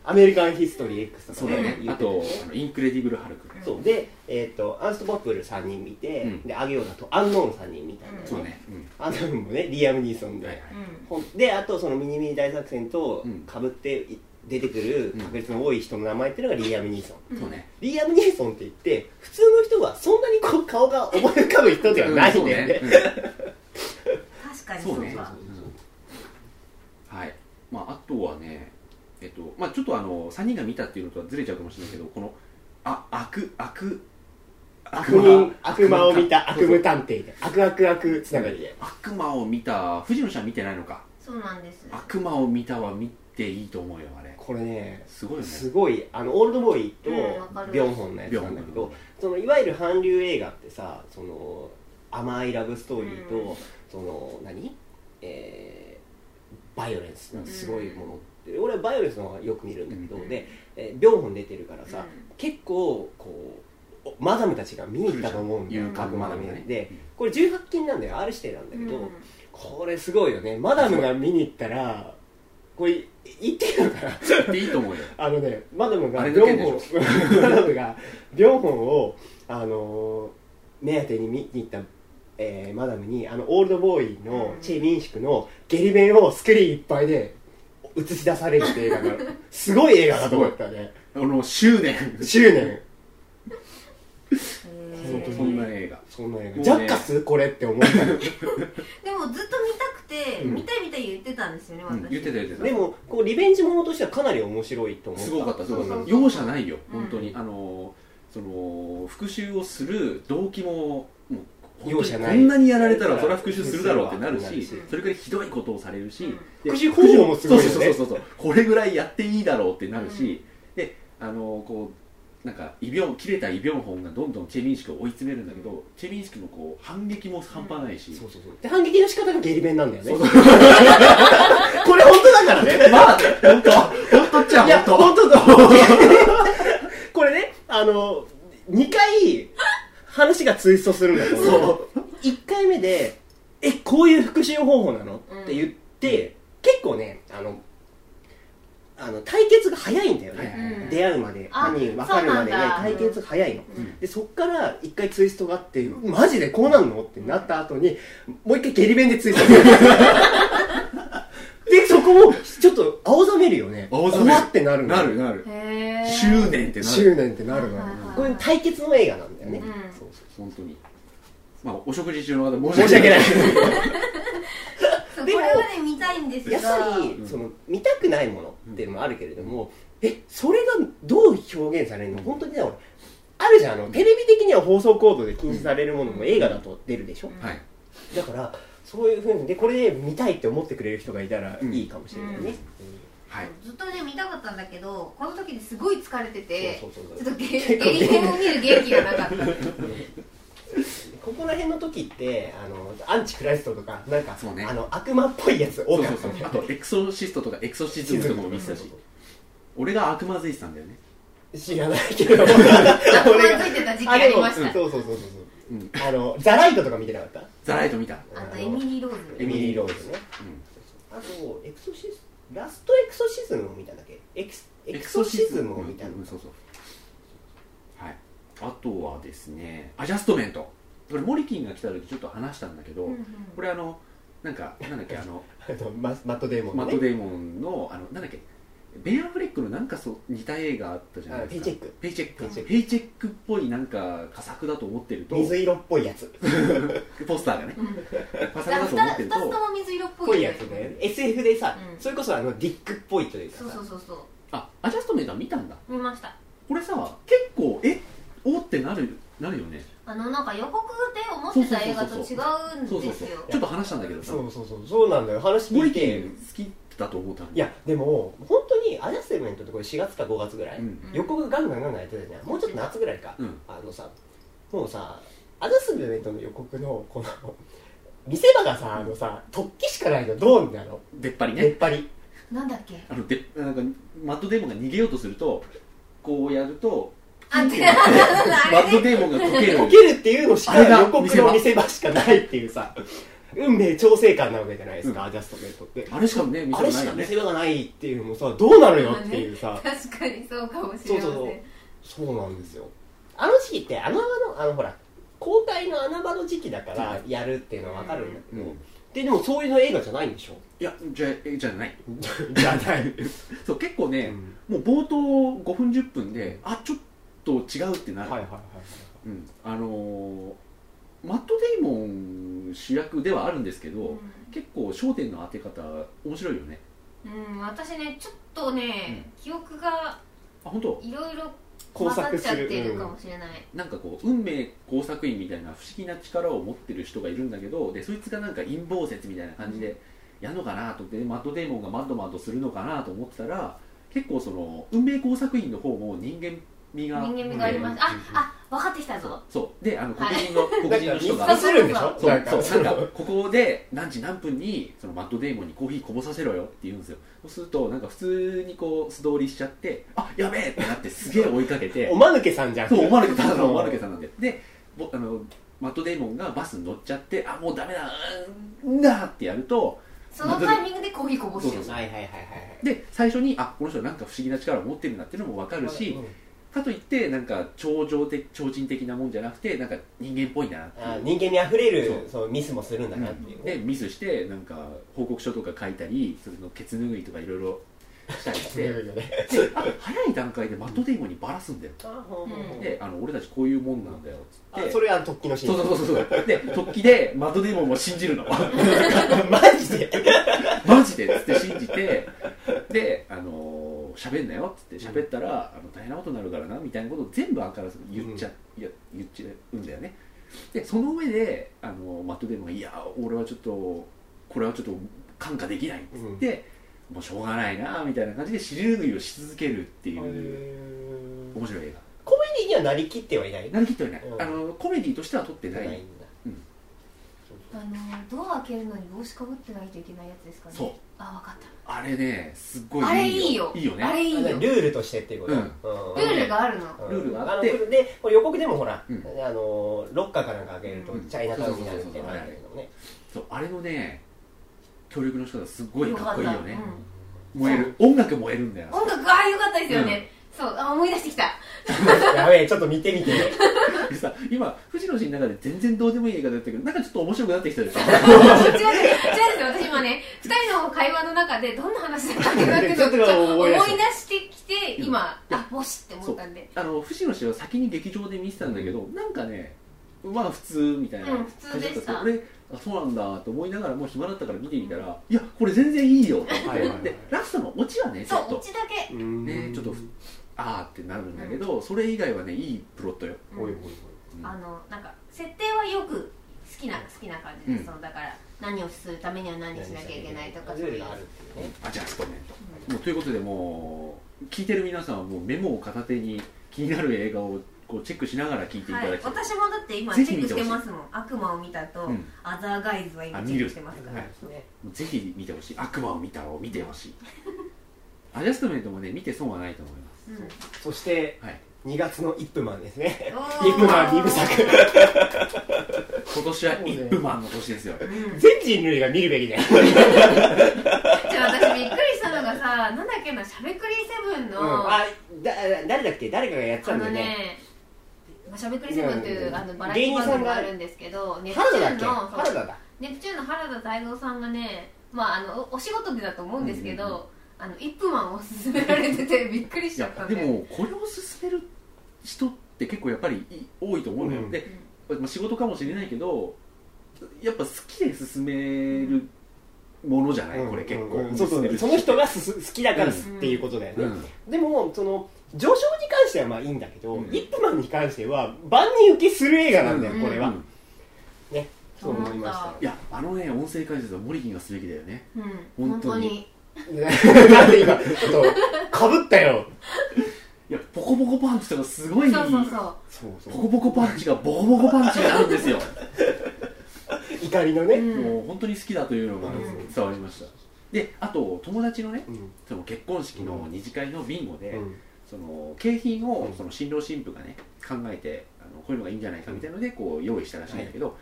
[SPEAKER 3] アメリカンヒストリー X とか
[SPEAKER 1] そうだよね
[SPEAKER 3] 言
[SPEAKER 1] あ
[SPEAKER 3] ってたよ
[SPEAKER 1] と
[SPEAKER 3] ね
[SPEAKER 1] あのインクレディブル・ハルク
[SPEAKER 3] そうで、えっとアンストポップル3人見て、
[SPEAKER 1] うん
[SPEAKER 3] でアゲオだとアンノーン3人見たんだよね、
[SPEAKER 1] そうねうん
[SPEAKER 3] アンノーンもねリアム・ニーソンで、
[SPEAKER 1] はいはい
[SPEAKER 2] うん
[SPEAKER 3] ほんであとそのミニミニ大作戦と
[SPEAKER 1] うん
[SPEAKER 3] かぶってい出てくる確率の多い人の名前っていうのがリアム・ニーソン、
[SPEAKER 2] うん
[SPEAKER 1] そうね
[SPEAKER 3] リアム・ニーソンって言って普通の人はそんなにこう顔が思い浮かぶ人ではないんだよね,、
[SPEAKER 1] うんそうね
[SPEAKER 2] 確かに
[SPEAKER 1] そ
[SPEAKER 2] そうう
[SPEAKER 1] ね
[SPEAKER 2] か
[SPEAKER 1] うんはいまああとはねえっとまあちょっとあの3人が見たっていうのとはずれちゃうかもしれないけどこのあ悪悪
[SPEAKER 3] 悪人
[SPEAKER 1] 悪
[SPEAKER 3] 悪魔を見た悪
[SPEAKER 1] そうそ
[SPEAKER 3] 夢
[SPEAKER 1] う
[SPEAKER 3] 探偵で悪悪悪つながりで
[SPEAKER 1] 悪魔を見た藤野ちゃん見てないのか
[SPEAKER 2] そうなんです
[SPEAKER 1] 悪魔を見たは見ていいと思うよあれ
[SPEAKER 3] これね
[SPEAKER 1] すごいよね
[SPEAKER 3] すごいあのオールドボーイ
[SPEAKER 2] うんわか
[SPEAKER 3] と
[SPEAKER 2] る
[SPEAKER 3] ビョンホンのやつなんだけど、そのいわゆる韓流映画ってさその甘いラブストーリーと、
[SPEAKER 2] うん
[SPEAKER 3] その何えーバイオレンスなんかすごいものって、俺はバイオレンスの方がよく見るんだけど、
[SPEAKER 1] うん
[SPEAKER 3] で、えー、ビョンホン出てるからさ、
[SPEAKER 2] うん
[SPEAKER 3] 結構こうおマダムたちが見に行ったと思うんだよ
[SPEAKER 2] うん
[SPEAKER 3] 各マダム
[SPEAKER 1] うん
[SPEAKER 3] でこれ18禁なんだよ R 指定なんだけど、
[SPEAKER 2] うん
[SPEAKER 3] これすごいよねマダムが見に行ったらこれい言っていいのかな
[SPEAKER 1] 見ていいと思うよ
[SPEAKER 3] あのね、マダムが
[SPEAKER 1] あれ
[SPEAKER 3] 4
[SPEAKER 1] だけでし
[SPEAKER 3] 本
[SPEAKER 1] ょ、
[SPEAKER 3] マダムが4本を、あのー目当てに見に行った、えーマダムに、あの、オールドボーイの
[SPEAKER 2] うん
[SPEAKER 3] チェ・ミンシクのゲリ弁をスクリーンいっぱいで映し出されるって映画 が、すごい映画だと思ったね。
[SPEAKER 1] あの執念
[SPEAKER 3] 執念。
[SPEAKER 2] へ
[SPEAKER 1] 本
[SPEAKER 2] ー
[SPEAKER 1] 当そんな映画
[SPEAKER 3] そんな映
[SPEAKER 1] もうね
[SPEAKER 3] 画。ジャッカスこれって思った
[SPEAKER 2] で
[SPEAKER 3] の
[SPEAKER 2] もずっと見たくて、
[SPEAKER 3] うん
[SPEAKER 2] 見たい見たい言ってたんですよね
[SPEAKER 1] う
[SPEAKER 2] 私、
[SPEAKER 1] ん言ってた言ってた
[SPEAKER 3] でも、こう、リベンジものとしてはかなり面白いと思った。
[SPEAKER 1] すごかったすご
[SPEAKER 2] そう
[SPEAKER 1] か
[SPEAKER 2] そ
[SPEAKER 1] っ
[SPEAKER 2] う
[SPEAKER 1] た
[SPEAKER 2] そう
[SPEAKER 1] 容赦ないよ
[SPEAKER 2] うん
[SPEAKER 1] 本当にあのその復讐をする動機ももう本当に
[SPEAKER 3] 容赦ない
[SPEAKER 1] こんなにやられたらそれは復讐するだろうってなる
[SPEAKER 3] うん
[SPEAKER 1] しそれくらいひどいことをされるし、
[SPEAKER 2] うん
[SPEAKER 1] で
[SPEAKER 3] 復讐方法もすごいよね
[SPEAKER 1] そうそうそうそうそうこれぐらいやっていいだろうってなるし、であのこうなんか異病切れた異病本がどんどんチェ・ミンシクを追い詰めるんだけど、チェ・ミンシクのこう反撃も半端ないし、
[SPEAKER 3] そうそうそう。で、反撃の仕方がゲリ弁なんだよね。
[SPEAKER 1] そう
[SPEAKER 3] これ本当だから ね。
[SPEAKER 1] まあね本当本当っちゃ
[SPEAKER 3] いや、
[SPEAKER 1] 本
[SPEAKER 3] 本当だ。これね、あの、2回、話がツイストするんだけど、1回目で、え、こういう復讐方法なの
[SPEAKER 2] うん
[SPEAKER 3] って言って、結構ね、あの、あの、対決が早いんだよ
[SPEAKER 1] はい
[SPEAKER 3] ね。
[SPEAKER 2] うん
[SPEAKER 3] 出会うまで、
[SPEAKER 2] あ
[SPEAKER 3] 犯人分かるまで
[SPEAKER 2] そうな
[SPEAKER 3] ね
[SPEAKER 2] んだ、
[SPEAKER 3] 対決が早いの。
[SPEAKER 2] うん
[SPEAKER 3] で、そっから1回ツイストがあって、マジでこうなんのってなった後に、もう1回ゲリ弁でツイスト する。で、そこも、ちょっと、青ざめるよね。
[SPEAKER 1] 青ざめる
[SPEAKER 3] 怖ってなる
[SPEAKER 1] 当
[SPEAKER 3] の
[SPEAKER 1] なるなる
[SPEAKER 2] へー
[SPEAKER 1] 執念ってなる
[SPEAKER 3] 執念ってなる
[SPEAKER 2] はいはいは
[SPEAKER 3] ないこれ対決の映画なんだよね、
[SPEAKER 2] うん
[SPEAKER 3] そうそう
[SPEAKER 1] 本当にまあお食事中の方
[SPEAKER 3] 申し訳ない
[SPEAKER 2] そう
[SPEAKER 3] で
[SPEAKER 2] こ
[SPEAKER 3] も
[SPEAKER 2] れはね見たいんですが
[SPEAKER 3] やっぱり、
[SPEAKER 1] うん
[SPEAKER 3] その見たくないものっていうのもあるけれども、えそれがどう表現されるの本当にね俺あるじゃんあのテレビ的には放送コードで禁止されるものも映画だと出るでしょ、
[SPEAKER 2] うん
[SPEAKER 1] はい
[SPEAKER 3] だからそういうふうにでこれで見たいって思ってくれる人がいたらいいかもしれないね、
[SPEAKER 2] うん
[SPEAKER 3] うん
[SPEAKER 1] はい
[SPEAKER 2] ずっとね見たかったんだけどこの時ですごい疲れてて
[SPEAKER 3] そうそうそう
[SPEAKER 2] ちょっとゲゲリゲを見る元気がなかった
[SPEAKER 3] ここら辺の時ってあのアンチクライストとかなんか
[SPEAKER 1] そうね
[SPEAKER 3] あの悪魔っぽいやつ
[SPEAKER 1] そ
[SPEAKER 3] 多
[SPEAKER 1] う
[SPEAKER 3] か
[SPEAKER 1] そう
[SPEAKER 3] った
[SPEAKER 1] そう
[SPEAKER 3] ね
[SPEAKER 1] あとエクソシストとかエクソシズムとかも見てたし俺が悪魔づいてたんだよね
[SPEAKER 3] 知らないけど
[SPEAKER 2] つまずいてた時期ありました
[SPEAKER 3] あでもうんそうそうそうそう
[SPEAKER 1] う
[SPEAKER 3] うんんあのザライトとか見てなかった
[SPEAKER 1] ザライト見た
[SPEAKER 2] あとエミリー・ローズ
[SPEAKER 3] エミリー・ローズね
[SPEAKER 1] うん
[SPEAKER 3] あとエクソシスラストエクソシズムを見たんだっけエクスエクソシズムを見たの
[SPEAKER 1] うんそうそうはいあとはですねアジャストメントこれモリキンが来た時ちょっと話したんだけど、
[SPEAKER 2] うんうん
[SPEAKER 1] これあのなんかなんだっけあ の
[SPEAKER 3] あとママット・デーモン
[SPEAKER 1] マ
[SPEAKER 3] の
[SPEAKER 1] ッ
[SPEAKER 3] ね
[SPEAKER 1] ト・デイモンのあのなんだっけベン・アフレックのなんかそう似た映画あったじゃないですか
[SPEAKER 3] あペイチェック
[SPEAKER 1] ペイチェック
[SPEAKER 3] ペイチェック
[SPEAKER 1] ペイチェックっぽいなんか佳作だと思ってると
[SPEAKER 3] 水色っぽいやつ
[SPEAKER 1] ポスター がね
[SPEAKER 2] うん
[SPEAKER 1] 佳作
[SPEAKER 2] だ
[SPEAKER 1] だと
[SPEAKER 2] から
[SPEAKER 1] 思って
[SPEAKER 2] 二つ
[SPEAKER 1] る
[SPEAKER 2] 二つと
[SPEAKER 1] と
[SPEAKER 2] も水色っ
[SPEAKER 3] っ
[SPEAKER 2] ぽ
[SPEAKER 3] ぽ
[SPEAKER 2] い
[SPEAKER 3] い
[SPEAKER 2] よ
[SPEAKER 3] や
[SPEAKER 2] ね
[SPEAKER 3] つね SF でさ、
[SPEAKER 2] うん
[SPEAKER 3] それこそあのディックっぽいというかさ
[SPEAKER 2] そうそうそうそう
[SPEAKER 1] あアジャストメントは見たんだ
[SPEAKER 2] 見ました
[SPEAKER 1] これさ結構えおってなるなるよね
[SPEAKER 2] あのなんか予告で思ってた映画と違うん
[SPEAKER 1] そうそう
[SPEAKER 2] です
[SPEAKER 1] そう
[SPEAKER 2] よ
[SPEAKER 1] ちょっと話したんだけどさ
[SPEAKER 3] そうそうそうそうなんだよ話
[SPEAKER 1] モ
[SPEAKER 3] 聞
[SPEAKER 1] リ
[SPEAKER 3] い
[SPEAKER 1] キ
[SPEAKER 3] て
[SPEAKER 1] ン好きだと思ったの
[SPEAKER 3] いやでも本当にアジャストメントってこれ4月か5月ぐらい、
[SPEAKER 1] うん
[SPEAKER 3] 予告ガンガンガンガンやってたじゃんもうちょっと夏ぐらいか、
[SPEAKER 1] うん
[SPEAKER 3] あのさもうさアダスメントの予告のこの見せ場がさあのさ突起しかないのドーンなの
[SPEAKER 1] 出っ張り
[SPEAKER 3] 出
[SPEAKER 1] ね
[SPEAKER 3] っ張り
[SPEAKER 2] なんだっけ
[SPEAKER 1] あのでなんかマッドデーモンが逃げようとするとこうやると
[SPEAKER 2] あ、違う、 あ
[SPEAKER 1] マッ
[SPEAKER 2] れ
[SPEAKER 1] ド
[SPEAKER 2] ね
[SPEAKER 1] デーモンがこける
[SPEAKER 3] こけるっていうのし
[SPEAKER 1] あれ
[SPEAKER 3] か
[SPEAKER 1] が
[SPEAKER 3] 予告の見せ場しかないっていうさ運命調整官なわけじゃないですか、アジャストメントって
[SPEAKER 1] あれしかね見
[SPEAKER 3] あ
[SPEAKER 1] せ
[SPEAKER 3] れ
[SPEAKER 1] れない
[SPEAKER 3] しか
[SPEAKER 1] よ
[SPEAKER 3] 見
[SPEAKER 1] ね
[SPEAKER 3] せ場がないっていうのもさどうなのよっていうさ
[SPEAKER 2] 確かにそうかもし
[SPEAKER 3] そ
[SPEAKER 2] れ
[SPEAKER 3] う
[SPEAKER 2] ませ
[SPEAKER 3] そ
[SPEAKER 2] ん
[SPEAKER 3] うそうそうなんですよあの時期って穴場のあのほら公開の穴場の時期だからやるっていうのは分かるんだけ
[SPEAKER 1] う
[SPEAKER 3] ど、
[SPEAKER 1] ん
[SPEAKER 3] ででもそういうの映画じゃないんでしょ
[SPEAKER 1] いやじゃえじゃない
[SPEAKER 3] じゃない、
[SPEAKER 1] そう結構
[SPEAKER 3] う
[SPEAKER 1] ね、
[SPEAKER 3] ん
[SPEAKER 1] もう冒頭5分10分であちょっと違うってな
[SPEAKER 3] はい
[SPEAKER 1] る、
[SPEAKER 3] はいはいはい
[SPEAKER 1] うん、あのーマット・デイモン主役ではあるんですけど、結構焦点の当て方面白いよね
[SPEAKER 2] うん、うん、私ねちょっとね、記憶が
[SPEAKER 1] あ本当
[SPEAKER 2] いろいろ
[SPEAKER 3] 工
[SPEAKER 2] 混ざっ
[SPEAKER 3] 作
[SPEAKER 2] ちゃっ
[SPEAKER 3] す
[SPEAKER 2] て
[SPEAKER 3] る
[SPEAKER 2] いるか
[SPEAKER 3] うん
[SPEAKER 2] もしれない、
[SPEAKER 1] なんかこう運命工作員みたいな不思議な力を持ってる人がいるんだけどでそいつがなんか陰謀説みたいな感じでやんのかなと思ってマット・デイモンがマッドマッドするのかなと思ってたら結構その運命工作員の方も人間味が
[SPEAKER 2] 人間味があります、
[SPEAKER 3] うん
[SPEAKER 2] ああ分かってきたぞ
[SPEAKER 1] そうであの黒人 の黒人の人
[SPEAKER 3] な
[SPEAKER 1] が
[SPEAKER 3] んか見つかるんでしょ
[SPEAKER 1] そう
[SPEAKER 3] なんか
[SPEAKER 1] そうなんかここで何時何分にそのマットデイモンにコーヒーこぼさせろよって言うんですよそうするとなんか普通にこう素通りしちゃってあやべえってなってすげえ追いかけ て
[SPEAKER 3] おまぬけさんじゃん
[SPEAKER 1] そうおまぬけさんのおまぬけさんなんででぼあのマットデイモンがバスに乗っちゃってあもうダメだうーんなーってやると
[SPEAKER 2] そのタイミングでコーヒーこぼして
[SPEAKER 1] そう
[SPEAKER 2] る
[SPEAKER 1] そう
[SPEAKER 3] はいはいはいはい
[SPEAKER 1] で最初にあこの人なんか不思議な力を持ってるなっていうのも分か
[SPEAKER 3] はい
[SPEAKER 1] るしかといってなんか超常的超人的なもんじゃなくてなんか人間っぽいなっていう
[SPEAKER 3] あ人間にあふれるそうミスもするんだなっていう、
[SPEAKER 1] でミスしてなんか報告書とか書いたりそのケツ拭いとかいろいろしたりしてであ早い段階でマットデイモンにバラすんだよ、
[SPEAKER 3] あほうほうほう
[SPEAKER 1] であの俺たちこういうもんなんだよっつっ
[SPEAKER 3] あ
[SPEAKER 1] て
[SPEAKER 3] それは突起のシー
[SPEAKER 1] そ
[SPEAKER 3] ン
[SPEAKER 1] うそうそうそうで突起でマットデイモンも信じるの
[SPEAKER 3] マジで
[SPEAKER 1] マジでっつって信じてであのー喋んなよっつって喋ったら、あの大変なことになるからなみたいなことを全部あからさまに言っちゃ、いや言っちゃうんだよねでその上であのマットデイモンが「いや俺はちょっとこれはちょっと感化できない」っつって、もうしょうがないなみたいな感じで尻拭いをし続けるって
[SPEAKER 3] へ
[SPEAKER 1] いう
[SPEAKER 3] ー
[SPEAKER 1] 面白い映
[SPEAKER 3] コメディにはなりきってはいない
[SPEAKER 1] 画なりきってはいない、
[SPEAKER 3] うん
[SPEAKER 1] あのコメディとしては撮ってない、
[SPEAKER 3] んだ、
[SPEAKER 1] うん
[SPEAKER 3] そう
[SPEAKER 2] あのドア開けるのに帽子かぶってないといけないやつですかね
[SPEAKER 1] そう
[SPEAKER 2] あ分
[SPEAKER 1] あれねすっごい
[SPEAKER 2] かったあれいいよ
[SPEAKER 1] いいよね
[SPEAKER 2] あれいい
[SPEAKER 3] そう
[SPEAKER 2] よ
[SPEAKER 3] ルールとしてっていうこと、
[SPEAKER 1] うん
[SPEAKER 2] ルールがあるの
[SPEAKER 3] うん
[SPEAKER 1] ルールがあって
[SPEAKER 3] のでこれ予告でもほら、
[SPEAKER 1] うん
[SPEAKER 3] あのロッカーかなんか開けると
[SPEAKER 2] うん
[SPEAKER 3] チャイナタウンになるみたいなのあるけどね
[SPEAKER 1] そうあれのね協力の仕方すっごいかっこいいよね
[SPEAKER 2] よかったうん
[SPEAKER 1] 燃える音楽燃えるんだよ
[SPEAKER 2] 音楽ああよかったですよね、そうあ思い出して きた
[SPEAKER 3] やべえちょっと見てみて
[SPEAKER 1] でさ今藤野氏の中で全然どうでもいい映画だったけどなんかちょっと面白くなってきたでしょ
[SPEAKER 2] 違う違う違うですよ私今ね2人の会話の中でどんな話だったっけなってちょっと思い出してきて今あもしって思ったんで
[SPEAKER 1] あの藤野氏は先に劇場で見てたんだけど、なんかねまあ普通みたいな
[SPEAKER 2] うん普通でした
[SPEAKER 1] 感じだった俺あそうなんだと思いながらもう暇だったから見てみたら、いやこれ全然いいよと思って、
[SPEAKER 3] はいはいはい
[SPEAKER 1] でラストのオチはねち
[SPEAKER 2] そ
[SPEAKER 1] ょっ
[SPEAKER 2] うオ
[SPEAKER 1] と
[SPEAKER 2] チだけ、
[SPEAKER 1] ね
[SPEAKER 3] ね
[SPEAKER 1] ちょっとあーってなるんだけど、それ以外はねいいプロットよ、
[SPEAKER 2] うん
[SPEAKER 3] おいおいおい
[SPEAKER 1] うん
[SPEAKER 2] あのなんか設定はよく好きな好きな感じです、
[SPEAKER 1] うん
[SPEAKER 2] そのだから何をするためには何しなきゃいけないとか
[SPEAKER 3] ル
[SPEAKER 2] そう
[SPEAKER 3] ー
[SPEAKER 2] い
[SPEAKER 3] ル
[SPEAKER 2] う
[SPEAKER 3] があるっていうね
[SPEAKER 1] アジャストメントもうということでもう聞いてる皆さんはもうメモを片手に気になる映画をこうチェックしながら聞いてい
[SPEAKER 2] は
[SPEAKER 1] た
[SPEAKER 2] い
[SPEAKER 1] だき
[SPEAKER 2] 私も
[SPEAKER 1] たい、
[SPEAKER 2] だって今チ
[SPEAKER 1] ぜ
[SPEAKER 2] ェ
[SPEAKER 1] ひ見
[SPEAKER 2] ック
[SPEAKER 1] て
[SPEAKER 2] し
[SPEAKER 1] ほしてい
[SPEAKER 2] ますもん悪魔を見たと、
[SPEAKER 1] うん
[SPEAKER 2] アザーガイズは今
[SPEAKER 1] あ
[SPEAKER 2] チ
[SPEAKER 1] 見
[SPEAKER 2] ェッ
[SPEAKER 1] る
[SPEAKER 2] クしてますか
[SPEAKER 3] は
[SPEAKER 2] ら
[SPEAKER 3] いね
[SPEAKER 1] ぜひ見てほしい悪魔を見たを見てほしいアジャストメントもね見て損はないと思います
[SPEAKER 2] うん
[SPEAKER 3] そして
[SPEAKER 1] はい
[SPEAKER 3] 2月のイップマンですね
[SPEAKER 2] おー
[SPEAKER 3] イップマン二部作
[SPEAKER 1] 今年はイップマンの年ですよ
[SPEAKER 2] うん
[SPEAKER 3] 全人類が見るべきだよ
[SPEAKER 2] じゃあ私びっくりしたのがさなんだっけなしゃべくりセブンの、あ
[SPEAKER 3] あだ誰だっけ誰かがやってたんだ
[SPEAKER 2] の
[SPEAKER 3] よね
[SPEAKER 2] ねまあしゃべくりセブンという、
[SPEAKER 3] うん
[SPEAKER 2] あのバラエティ番組があるんですけどネプチ
[SPEAKER 3] 原
[SPEAKER 2] ュー
[SPEAKER 3] 田だ
[SPEAKER 2] ン
[SPEAKER 3] っけ
[SPEAKER 2] の
[SPEAKER 3] 原田だ
[SPEAKER 2] ネプチューンの原田泰造さんがねまああのおお仕事でだと思うんですけど、
[SPEAKER 1] うんうん
[SPEAKER 2] あの一分マンを勧められててびっくりし
[SPEAKER 1] い
[SPEAKER 2] ちゃ
[SPEAKER 1] や
[SPEAKER 2] ったん
[SPEAKER 1] で
[SPEAKER 2] で
[SPEAKER 1] もこれを勧める人って結構やっぱりい多いと思うのよ、
[SPEAKER 3] うん
[SPEAKER 1] で、まあ、仕事かもしれないけどやっぱ好きで勧めるものじゃない、これ結構、
[SPEAKER 3] うんうんそうそうその人がすす好きだからす
[SPEAKER 2] うん
[SPEAKER 3] っていうことだよ
[SPEAKER 1] う
[SPEAKER 3] ね、
[SPEAKER 1] ん
[SPEAKER 3] でもその序章に関してはまあいいんだけど、
[SPEAKER 1] うん
[SPEAKER 3] イップマンに関しては万人受けする映画なんだよ、
[SPEAKER 2] うん
[SPEAKER 3] これは、
[SPEAKER 1] うん
[SPEAKER 3] ねそう思いま
[SPEAKER 2] そう
[SPEAKER 1] いやあのね音声解説はモリキンがすべきだよね
[SPEAKER 2] うん、
[SPEAKER 1] 本
[SPEAKER 2] 本
[SPEAKER 1] 当
[SPEAKER 2] 当
[SPEAKER 1] に
[SPEAKER 2] に
[SPEAKER 3] したなんで今ちょっとかぶったよ
[SPEAKER 1] いやポコポコパンチとかすごい
[SPEAKER 2] そうそうそう
[SPEAKER 3] そう
[SPEAKER 1] ポコポコパンチがボコボコパンチになるんですよ、
[SPEAKER 3] 怒りのね、
[SPEAKER 2] うん
[SPEAKER 1] もう本当に好きだというのが
[SPEAKER 3] うん
[SPEAKER 1] 伝わりました、であと友達のね
[SPEAKER 3] うん
[SPEAKER 1] その結婚式の二次会のビンゴで、
[SPEAKER 3] うん
[SPEAKER 1] その景品を
[SPEAKER 3] うん
[SPEAKER 1] その新郎新婦がね考えてあのこういうのがいいんじゃないかみたいのでこう用意したらしいんだけど、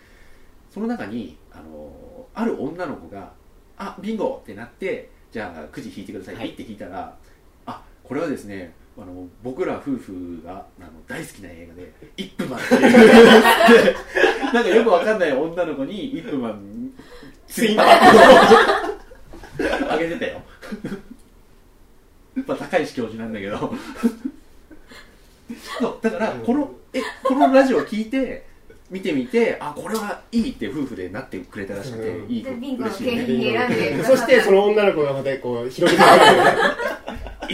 [SPEAKER 1] その中に、あのーある女の子が「あビンゴ!」ってなってじゃあくじ引いてください、
[SPEAKER 3] はい
[SPEAKER 1] ピッて引いたらあこれはですねあの僕ら夫婦があの大好きな映画で「イップマン」っていう なんかよくわかんない女の子に「イップマン」ツインパックを あげてたよまあ高石教授なんだけ どそうだからこのえこのラジオ聞いて見てみてあこれはいいって夫婦でなってくれたらしくて、
[SPEAKER 3] うん
[SPEAKER 1] いい
[SPEAKER 2] でビンゴの
[SPEAKER 1] 嬉しい
[SPEAKER 2] 景
[SPEAKER 1] ね
[SPEAKER 2] 品に選んで
[SPEAKER 3] そしてその女の子がまたこう広げてく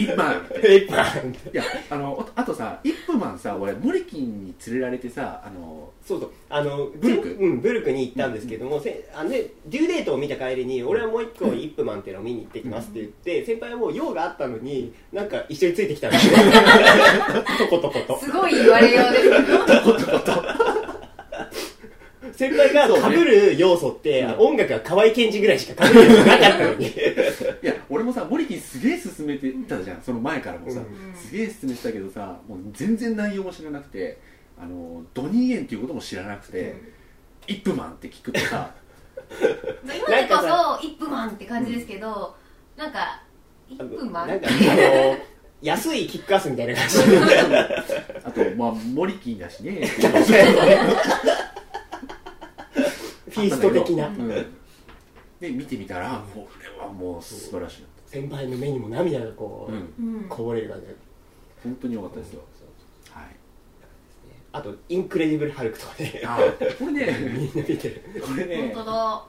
[SPEAKER 1] イップマンって
[SPEAKER 3] れる一般
[SPEAKER 1] いやあのあとさイップマンさ俺モリキンに連れられてさあの
[SPEAKER 3] そうそうあの
[SPEAKER 1] ブルク
[SPEAKER 3] うん、ブルクに行ったんですけども、せあのね、デューデートを見た帰りに俺はもう一個イップマンっていうのを見に行ってきますって言って、先輩はもう用があったのになんか一緒についてきた んですよとことこと
[SPEAKER 2] すごい言われようですけど
[SPEAKER 3] 先輩が
[SPEAKER 1] そうね
[SPEAKER 3] かぶる要素って、
[SPEAKER 1] うん
[SPEAKER 3] 音楽が河合健二ぐらいしかかぶる要素なかったのに
[SPEAKER 1] いや俺もさモリキンすげえ勧めてたじゃんその前からもさ、
[SPEAKER 3] うん
[SPEAKER 1] すげえ勧めてたけどさもう全然内容も知らなくてあのドニーエンっていうことも知らなくて、イップマンって聞くとさ
[SPEAKER 2] 今でこそ一分マンって感じですけど、なんか一分マン
[SPEAKER 3] なんかあの安いキックアスみたいな感じで
[SPEAKER 1] あとまあモリキンだし ね
[SPEAKER 3] フィースト的な、
[SPEAKER 1] うん、で見てみたらこれはもう素晴らしいなと
[SPEAKER 3] 先輩の目にも涙がこう、
[SPEAKER 1] うん
[SPEAKER 2] うん
[SPEAKER 3] こぼれる感じ
[SPEAKER 1] 本当に良かったですよ、はい
[SPEAKER 3] あとインクレディブル・ハルクとかね
[SPEAKER 1] あこれね
[SPEAKER 3] みんな見てる
[SPEAKER 1] これね
[SPEAKER 2] 本当だ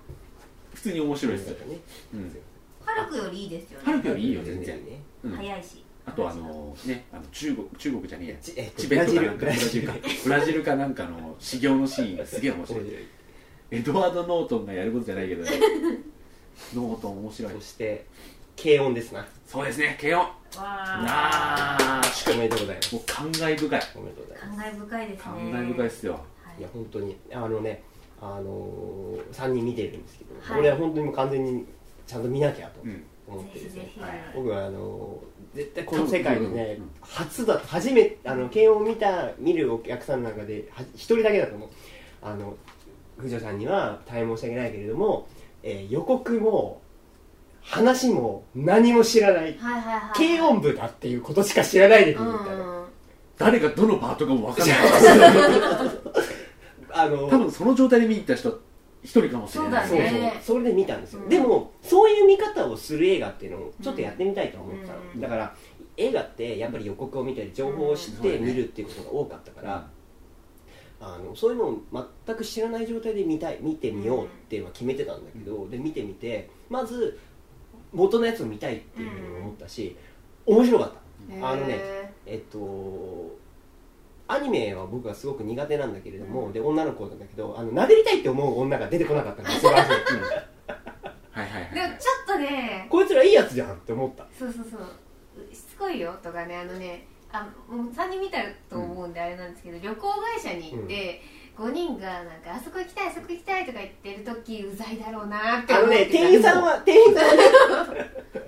[SPEAKER 1] 普通に面白いですよ、
[SPEAKER 3] ね
[SPEAKER 1] うん、
[SPEAKER 2] ハルクよりいいですよ
[SPEAKER 1] ハル
[SPEAKER 2] ね
[SPEAKER 1] クよりいいよ全然、
[SPEAKER 3] ね
[SPEAKER 1] うん、
[SPEAKER 2] 早いし
[SPEAKER 1] あとあのねあの中国中国じゃねえや
[SPEAKER 3] ちえ
[SPEAKER 1] チベットかなんかブ
[SPEAKER 3] ブ
[SPEAKER 1] ラ
[SPEAKER 3] ラ
[SPEAKER 1] ジル
[SPEAKER 3] ジル
[SPEAKER 1] か
[SPEAKER 3] ブ
[SPEAKER 1] ブラジルかなんかの修行のシーンがすげえ面 白いエドワード・ノートンがやることじゃないけどねノートン面白い
[SPEAKER 3] そして軽音ですな
[SPEAKER 1] そうですね慶応
[SPEAKER 2] わあ
[SPEAKER 1] なあ
[SPEAKER 3] おめでとうございます
[SPEAKER 1] もう感慨深い
[SPEAKER 3] おめでとうございま
[SPEAKER 2] 感慨深いですね
[SPEAKER 1] 感慨深いっすよ
[SPEAKER 3] すいや本当にあのねあのー、3人見てるんですけど、
[SPEAKER 2] はい
[SPEAKER 3] これは本当にもう完全にちゃんと見なきゃと
[SPEAKER 1] うん
[SPEAKER 3] 思っ
[SPEAKER 2] ぜ
[SPEAKER 3] て
[SPEAKER 2] ひ
[SPEAKER 3] ですね、
[SPEAKER 2] ぜひ、
[SPEAKER 1] はい
[SPEAKER 3] 僕はあのー絶対この世界でね、
[SPEAKER 1] うんうん
[SPEAKER 3] 初だ初めあの慶応を見た見るお客さんの中では一人だけだと思うあの藤女さんには大変申し訳ないけれども、えー予告も話も何も知らない
[SPEAKER 2] はいはいはい
[SPEAKER 3] 軽音部だっていうことしか知らないで見
[SPEAKER 2] う
[SPEAKER 3] に
[SPEAKER 2] ん
[SPEAKER 3] 行ったの、
[SPEAKER 2] うん
[SPEAKER 1] 誰がどのパートかも分かんない
[SPEAKER 3] あの
[SPEAKER 1] 多分その状態で見に行った人一人かもしれない
[SPEAKER 2] 分
[SPEAKER 3] そう
[SPEAKER 2] だ
[SPEAKER 3] そう
[SPEAKER 2] ね
[SPEAKER 3] それで見たんですよ、
[SPEAKER 2] うん
[SPEAKER 3] でもそういう見方をする映画っていうのをちょっとやってみたいと思ったの、
[SPEAKER 2] うん
[SPEAKER 3] だから映画ってやっぱり予告を見たり情報を知っ
[SPEAKER 1] うんそう
[SPEAKER 3] て
[SPEAKER 1] だね
[SPEAKER 3] 見るっていうことが多かったから、あのそういうのを全く知らない状態で見たい見てみようっていうのは決めてたんだけど、で見てみてまず元のやつを見たいっていうふうに思ったし、面白かったあのね
[SPEAKER 2] へ
[SPEAKER 3] えっとアニメは僕はすごく苦手なんだけれども、で女の子なんだけどあの殴りたいって思う女が出てこなかったんですよ
[SPEAKER 1] うんはいはい
[SPEAKER 2] ー
[SPEAKER 1] はいは
[SPEAKER 2] でも
[SPEAKER 1] い
[SPEAKER 2] ちょっとね
[SPEAKER 3] こいつらいいやつじゃんって思った
[SPEAKER 2] そうそうそうしつこいよとかねあのねあもう3人見たと思うんであれなんですけど、旅行会社に行って、5人がなんかあそこ行きたいあそこ行きたいとか言ってる時うざいだろうなって
[SPEAKER 3] あ
[SPEAKER 2] 思
[SPEAKER 3] の
[SPEAKER 2] って
[SPEAKER 3] ね
[SPEAKER 2] た
[SPEAKER 3] 店員さんは店員さんは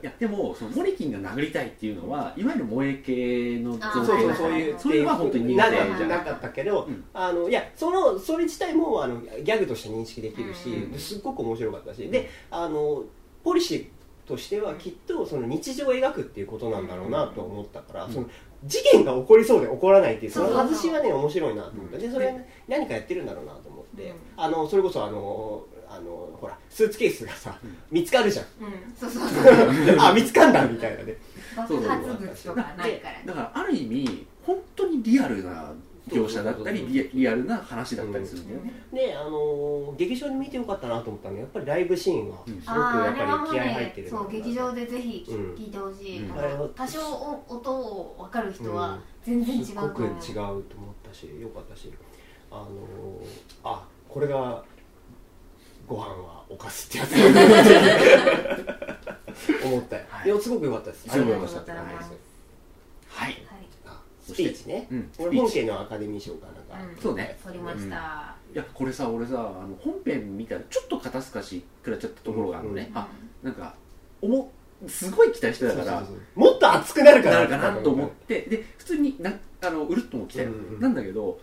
[SPEAKER 3] い
[SPEAKER 1] やでもそのモリキンが殴りたいっていうのはいわゆる萌え系の
[SPEAKER 2] あ
[SPEAKER 1] 造
[SPEAKER 3] そう
[SPEAKER 1] 形
[SPEAKER 3] そ
[SPEAKER 2] はいうはい
[SPEAKER 3] そうい
[SPEAKER 1] そ
[SPEAKER 3] う
[SPEAKER 1] れは本当に苦手
[SPEAKER 3] なかっ
[SPEAKER 1] じ
[SPEAKER 3] た
[SPEAKER 1] ゃ
[SPEAKER 3] なんかったけど、
[SPEAKER 1] うん
[SPEAKER 3] あのいやそのそれ自体もあのギャグとして認識できるし、
[SPEAKER 1] うん
[SPEAKER 3] すっごく面白かったしであのポリシーとしてはきっとその日常を描くっていうことなんだろうなと思ったから、
[SPEAKER 1] うん
[SPEAKER 3] その事件が起こりそうで起こらないっていうその
[SPEAKER 2] そうそうそう
[SPEAKER 3] 外しはね面白いなと思った、
[SPEAKER 1] うん
[SPEAKER 3] でそれ何かやってるんだろうなと思って、
[SPEAKER 2] うん
[SPEAKER 3] あのそれこそあのあのほらスーツケースがさ
[SPEAKER 1] うん
[SPEAKER 3] 見つかるじゃん
[SPEAKER 2] うんそうそうそう
[SPEAKER 3] あ見つかんだみたいなね
[SPEAKER 2] 爆発物とかないか
[SPEAKER 1] だ
[SPEAKER 2] ら
[SPEAKER 1] からある意味本当にリアルな描写だったりリアリアルな話だったりするんだよね、
[SPEAKER 3] で、あのー劇場で見てよかったなと思ったのはやっぱりライブシーンはす
[SPEAKER 1] う
[SPEAKER 3] ご
[SPEAKER 1] ん
[SPEAKER 3] く
[SPEAKER 2] あーあ
[SPEAKER 3] やっ
[SPEAKER 2] れは
[SPEAKER 3] ぱ
[SPEAKER 2] もう
[SPEAKER 3] り気合い入っ
[SPEAKER 2] ね
[SPEAKER 3] てるな
[SPEAKER 2] そう劇場でぜひ聞
[SPEAKER 3] うん
[SPEAKER 2] 聞いてほしい、
[SPEAKER 1] うん
[SPEAKER 2] あの多少お音を分かる人は全然違う
[SPEAKER 3] す
[SPEAKER 2] と
[SPEAKER 3] ご
[SPEAKER 2] 思
[SPEAKER 3] く違
[SPEAKER 2] う、
[SPEAKER 3] うと思ったしよかったしあのーあこれがご飯はおかずってやつだなって思 ったよ、
[SPEAKER 1] はい
[SPEAKER 3] い、やすごく良かったです
[SPEAKER 1] すごく良
[SPEAKER 2] かった
[SPEAKER 3] ありがとうございます
[SPEAKER 1] はい、
[SPEAKER 2] はい
[SPEAKER 3] あスピーチね
[SPEAKER 1] うん、
[SPEAKER 3] 俺本家のアカデミー賞かなんか、
[SPEAKER 2] うん
[SPEAKER 1] そうね
[SPEAKER 2] 撮りました、
[SPEAKER 1] いやこれさ俺さあの本編見たらちょっと肩透かし食らっちゃったところがあるのね、
[SPEAKER 2] うん
[SPEAKER 1] あなんかおもすごい期待してたから
[SPEAKER 3] そうそうそうもっと熱くなるか
[SPEAKER 1] な
[SPEAKER 3] な
[SPEAKER 1] るかなと思ってで普通になあのうるっとも来たよ、
[SPEAKER 3] うんうん
[SPEAKER 1] なんだけど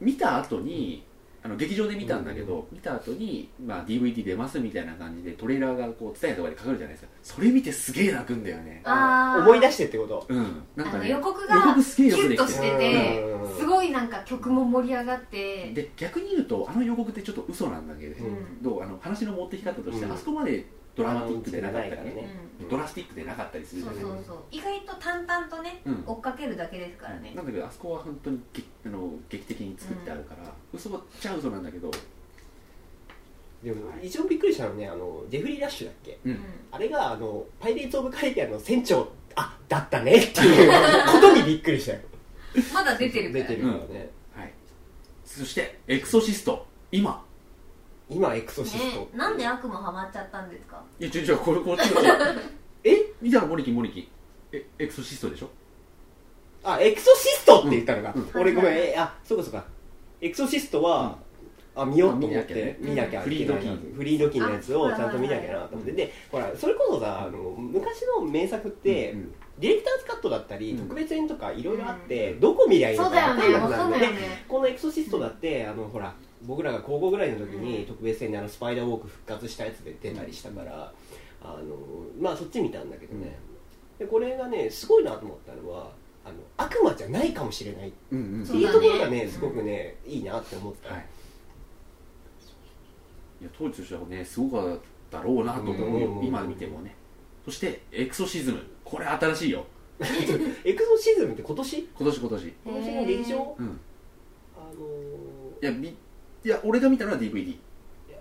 [SPEAKER 1] 見た後にあの劇場で見たんだけど、見た後に、まあ、DVD 出ますみたいな感じでトレーラーがこう伝えとかでかかるじゃないですかそれ見てすげえ泣くんだよね
[SPEAKER 2] あー
[SPEAKER 3] 思い出してってこと
[SPEAKER 1] うんなん
[SPEAKER 2] あ
[SPEAKER 1] か
[SPEAKER 2] の
[SPEAKER 1] ね
[SPEAKER 2] 予告が
[SPEAKER 1] 予告すげえよくで
[SPEAKER 2] キュッ
[SPEAKER 1] き
[SPEAKER 2] と
[SPEAKER 1] て
[SPEAKER 2] し
[SPEAKER 1] る
[SPEAKER 2] てて
[SPEAKER 3] うん
[SPEAKER 2] すごいなんか曲も盛り上がって
[SPEAKER 1] で逆に言うとあの予告ってちょっと嘘なんだけど、
[SPEAKER 2] うん
[SPEAKER 1] どうあの話の持ってき方として、
[SPEAKER 3] うん
[SPEAKER 1] あそこまでドラマティックでなかったりね
[SPEAKER 3] うん
[SPEAKER 2] う
[SPEAKER 1] ドラスティックでなかったりす
[SPEAKER 2] ん
[SPEAKER 1] るじ
[SPEAKER 2] そ
[SPEAKER 1] ゃ
[SPEAKER 2] う
[SPEAKER 1] ない
[SPEAKER 2] そうそう意外と淡々とね
[SPEAKER 1] うん
[SPEAKER 2] 追っかけるだけですからね
[SPEAKER 1] なんだけどあそこは本当に劇あの劇的に作ってあるから、嘘っちゃ嘘なんだけど、
[SPEAKER 3] でも一番びっくりしたのはねあのジェフリー・ラッシュだっけ
[SPEAKER 1] う
[SPEAKER 2] うん
[SPEAKER 1] ん
[SPEAKER 3] あれがあのパイレーツ・オブ・カリビアンの船長あだったねっていうことにびっくりしたよ
[SPEAKER 2] まだ出てるか
[SPEAKER 3] 出
[SPEAKER 2] ら
[SPEAKER 3] てるからね、
[SPEAKER 1] はい、そしてエクソシスト今
[SPEAKER 3] 今エクソシスト、
[SPEAKER 2] ねなんで悪魔ハマっちゃったんですか
[SPEAKER 1] いやちょちょこれこっち
[SPEAKER 3] え
[SPEAKER 1] 見たらモリキモリキえエクソシストでしょ
[SPEAKER 3] あエクソシストって言ったのが、
[SPEAKER 1] うんうん
[SPEAKER 3] 俺ごめんえあそうかそうかエクソシストは、あ見ようと思って
[SPEAKER 2] まあ
[SPEAKER 3] 見
[SPEAKER 2] 見な
[SPEAKER 3] な
[SPEAKER 2] き
[SPEAKER 3] き
[SPEAKER 2] ゃ
[SPEAKER 3] ゃ
[SPEAKER 1] ね
[SPEAKER 3] いけない
[SPEAKER 1] フリ
[SPEAKER 3] な
[SPEAKER 1] ードキー
[SPEAKER 3] フリードキーのやつを
[SPEAKER 2] あ
[SPEAKER 3] ちゃんと見なきゃなと思って
[SPEAKER 1] うん
[SPEAKER 3] でほらそれこそさあの昔の名作って、
[SPEAKER 1] うん
[SPEAKER 3] ディレクターズカットだったり、
[SPEAKER 1] うん
[SPEAKER 3] 特別編とかいろいろあって、どこ見りゃいいの
[SPEAKER 2] そ
[SPEAKER 3] か
[SPEAKER 2] うだよね
[SPEAKER 3] 分かんな
[SPEAKER 2] わ
[SPEAKER 3] くな
[SPEAKER 2] か
[SPEAKER 3] る
[SPEAKER 2] ん
[SPEAKER 3] ん
[SPEAKER 2] な
[SPEAKER 3] だ
[SPEAKER 2] い
[SPEAKER 3] よ
[SPEAKER 2] よ
[SPEAKER 3] ね
[SPEAKER 2] ね
[SPEAKER 3] このエクソシストだって、あのほら僕らが高校ぐらいの時に特別編であのスパイダーウォーク復活したやつで出たりしたから、あのまあそっち見たんだけどね、でこれがねすごいなと思ったのはあの悪魔じゃないかもしれないっ
[SPEAKER 1] うんうん
[SPEAKER 3] ていうところ
[SPEAKER 2] そう
[SPEAKER 3] がね
[SPEAKER 2] だね
[SPEAKER 3] すごくね、いいなって思った、
[SPEAKER 1] はい、いや当時としてはねすごかったろうなと思うよ、
[SPEAKER 3] うん
[SPEAKER 1] 今見てもねそしてエクソシズムこれ新しいよ
[SPEAKER 3] エクソシズムって今年
[SPEAKER 1] 今年今年
[SPEAKER 3] 今年の劇場
[SPEAKER 1] うん
[SPEAKER 3] あの
[SPEAKER 1] いやみいや俺が見たのは DVD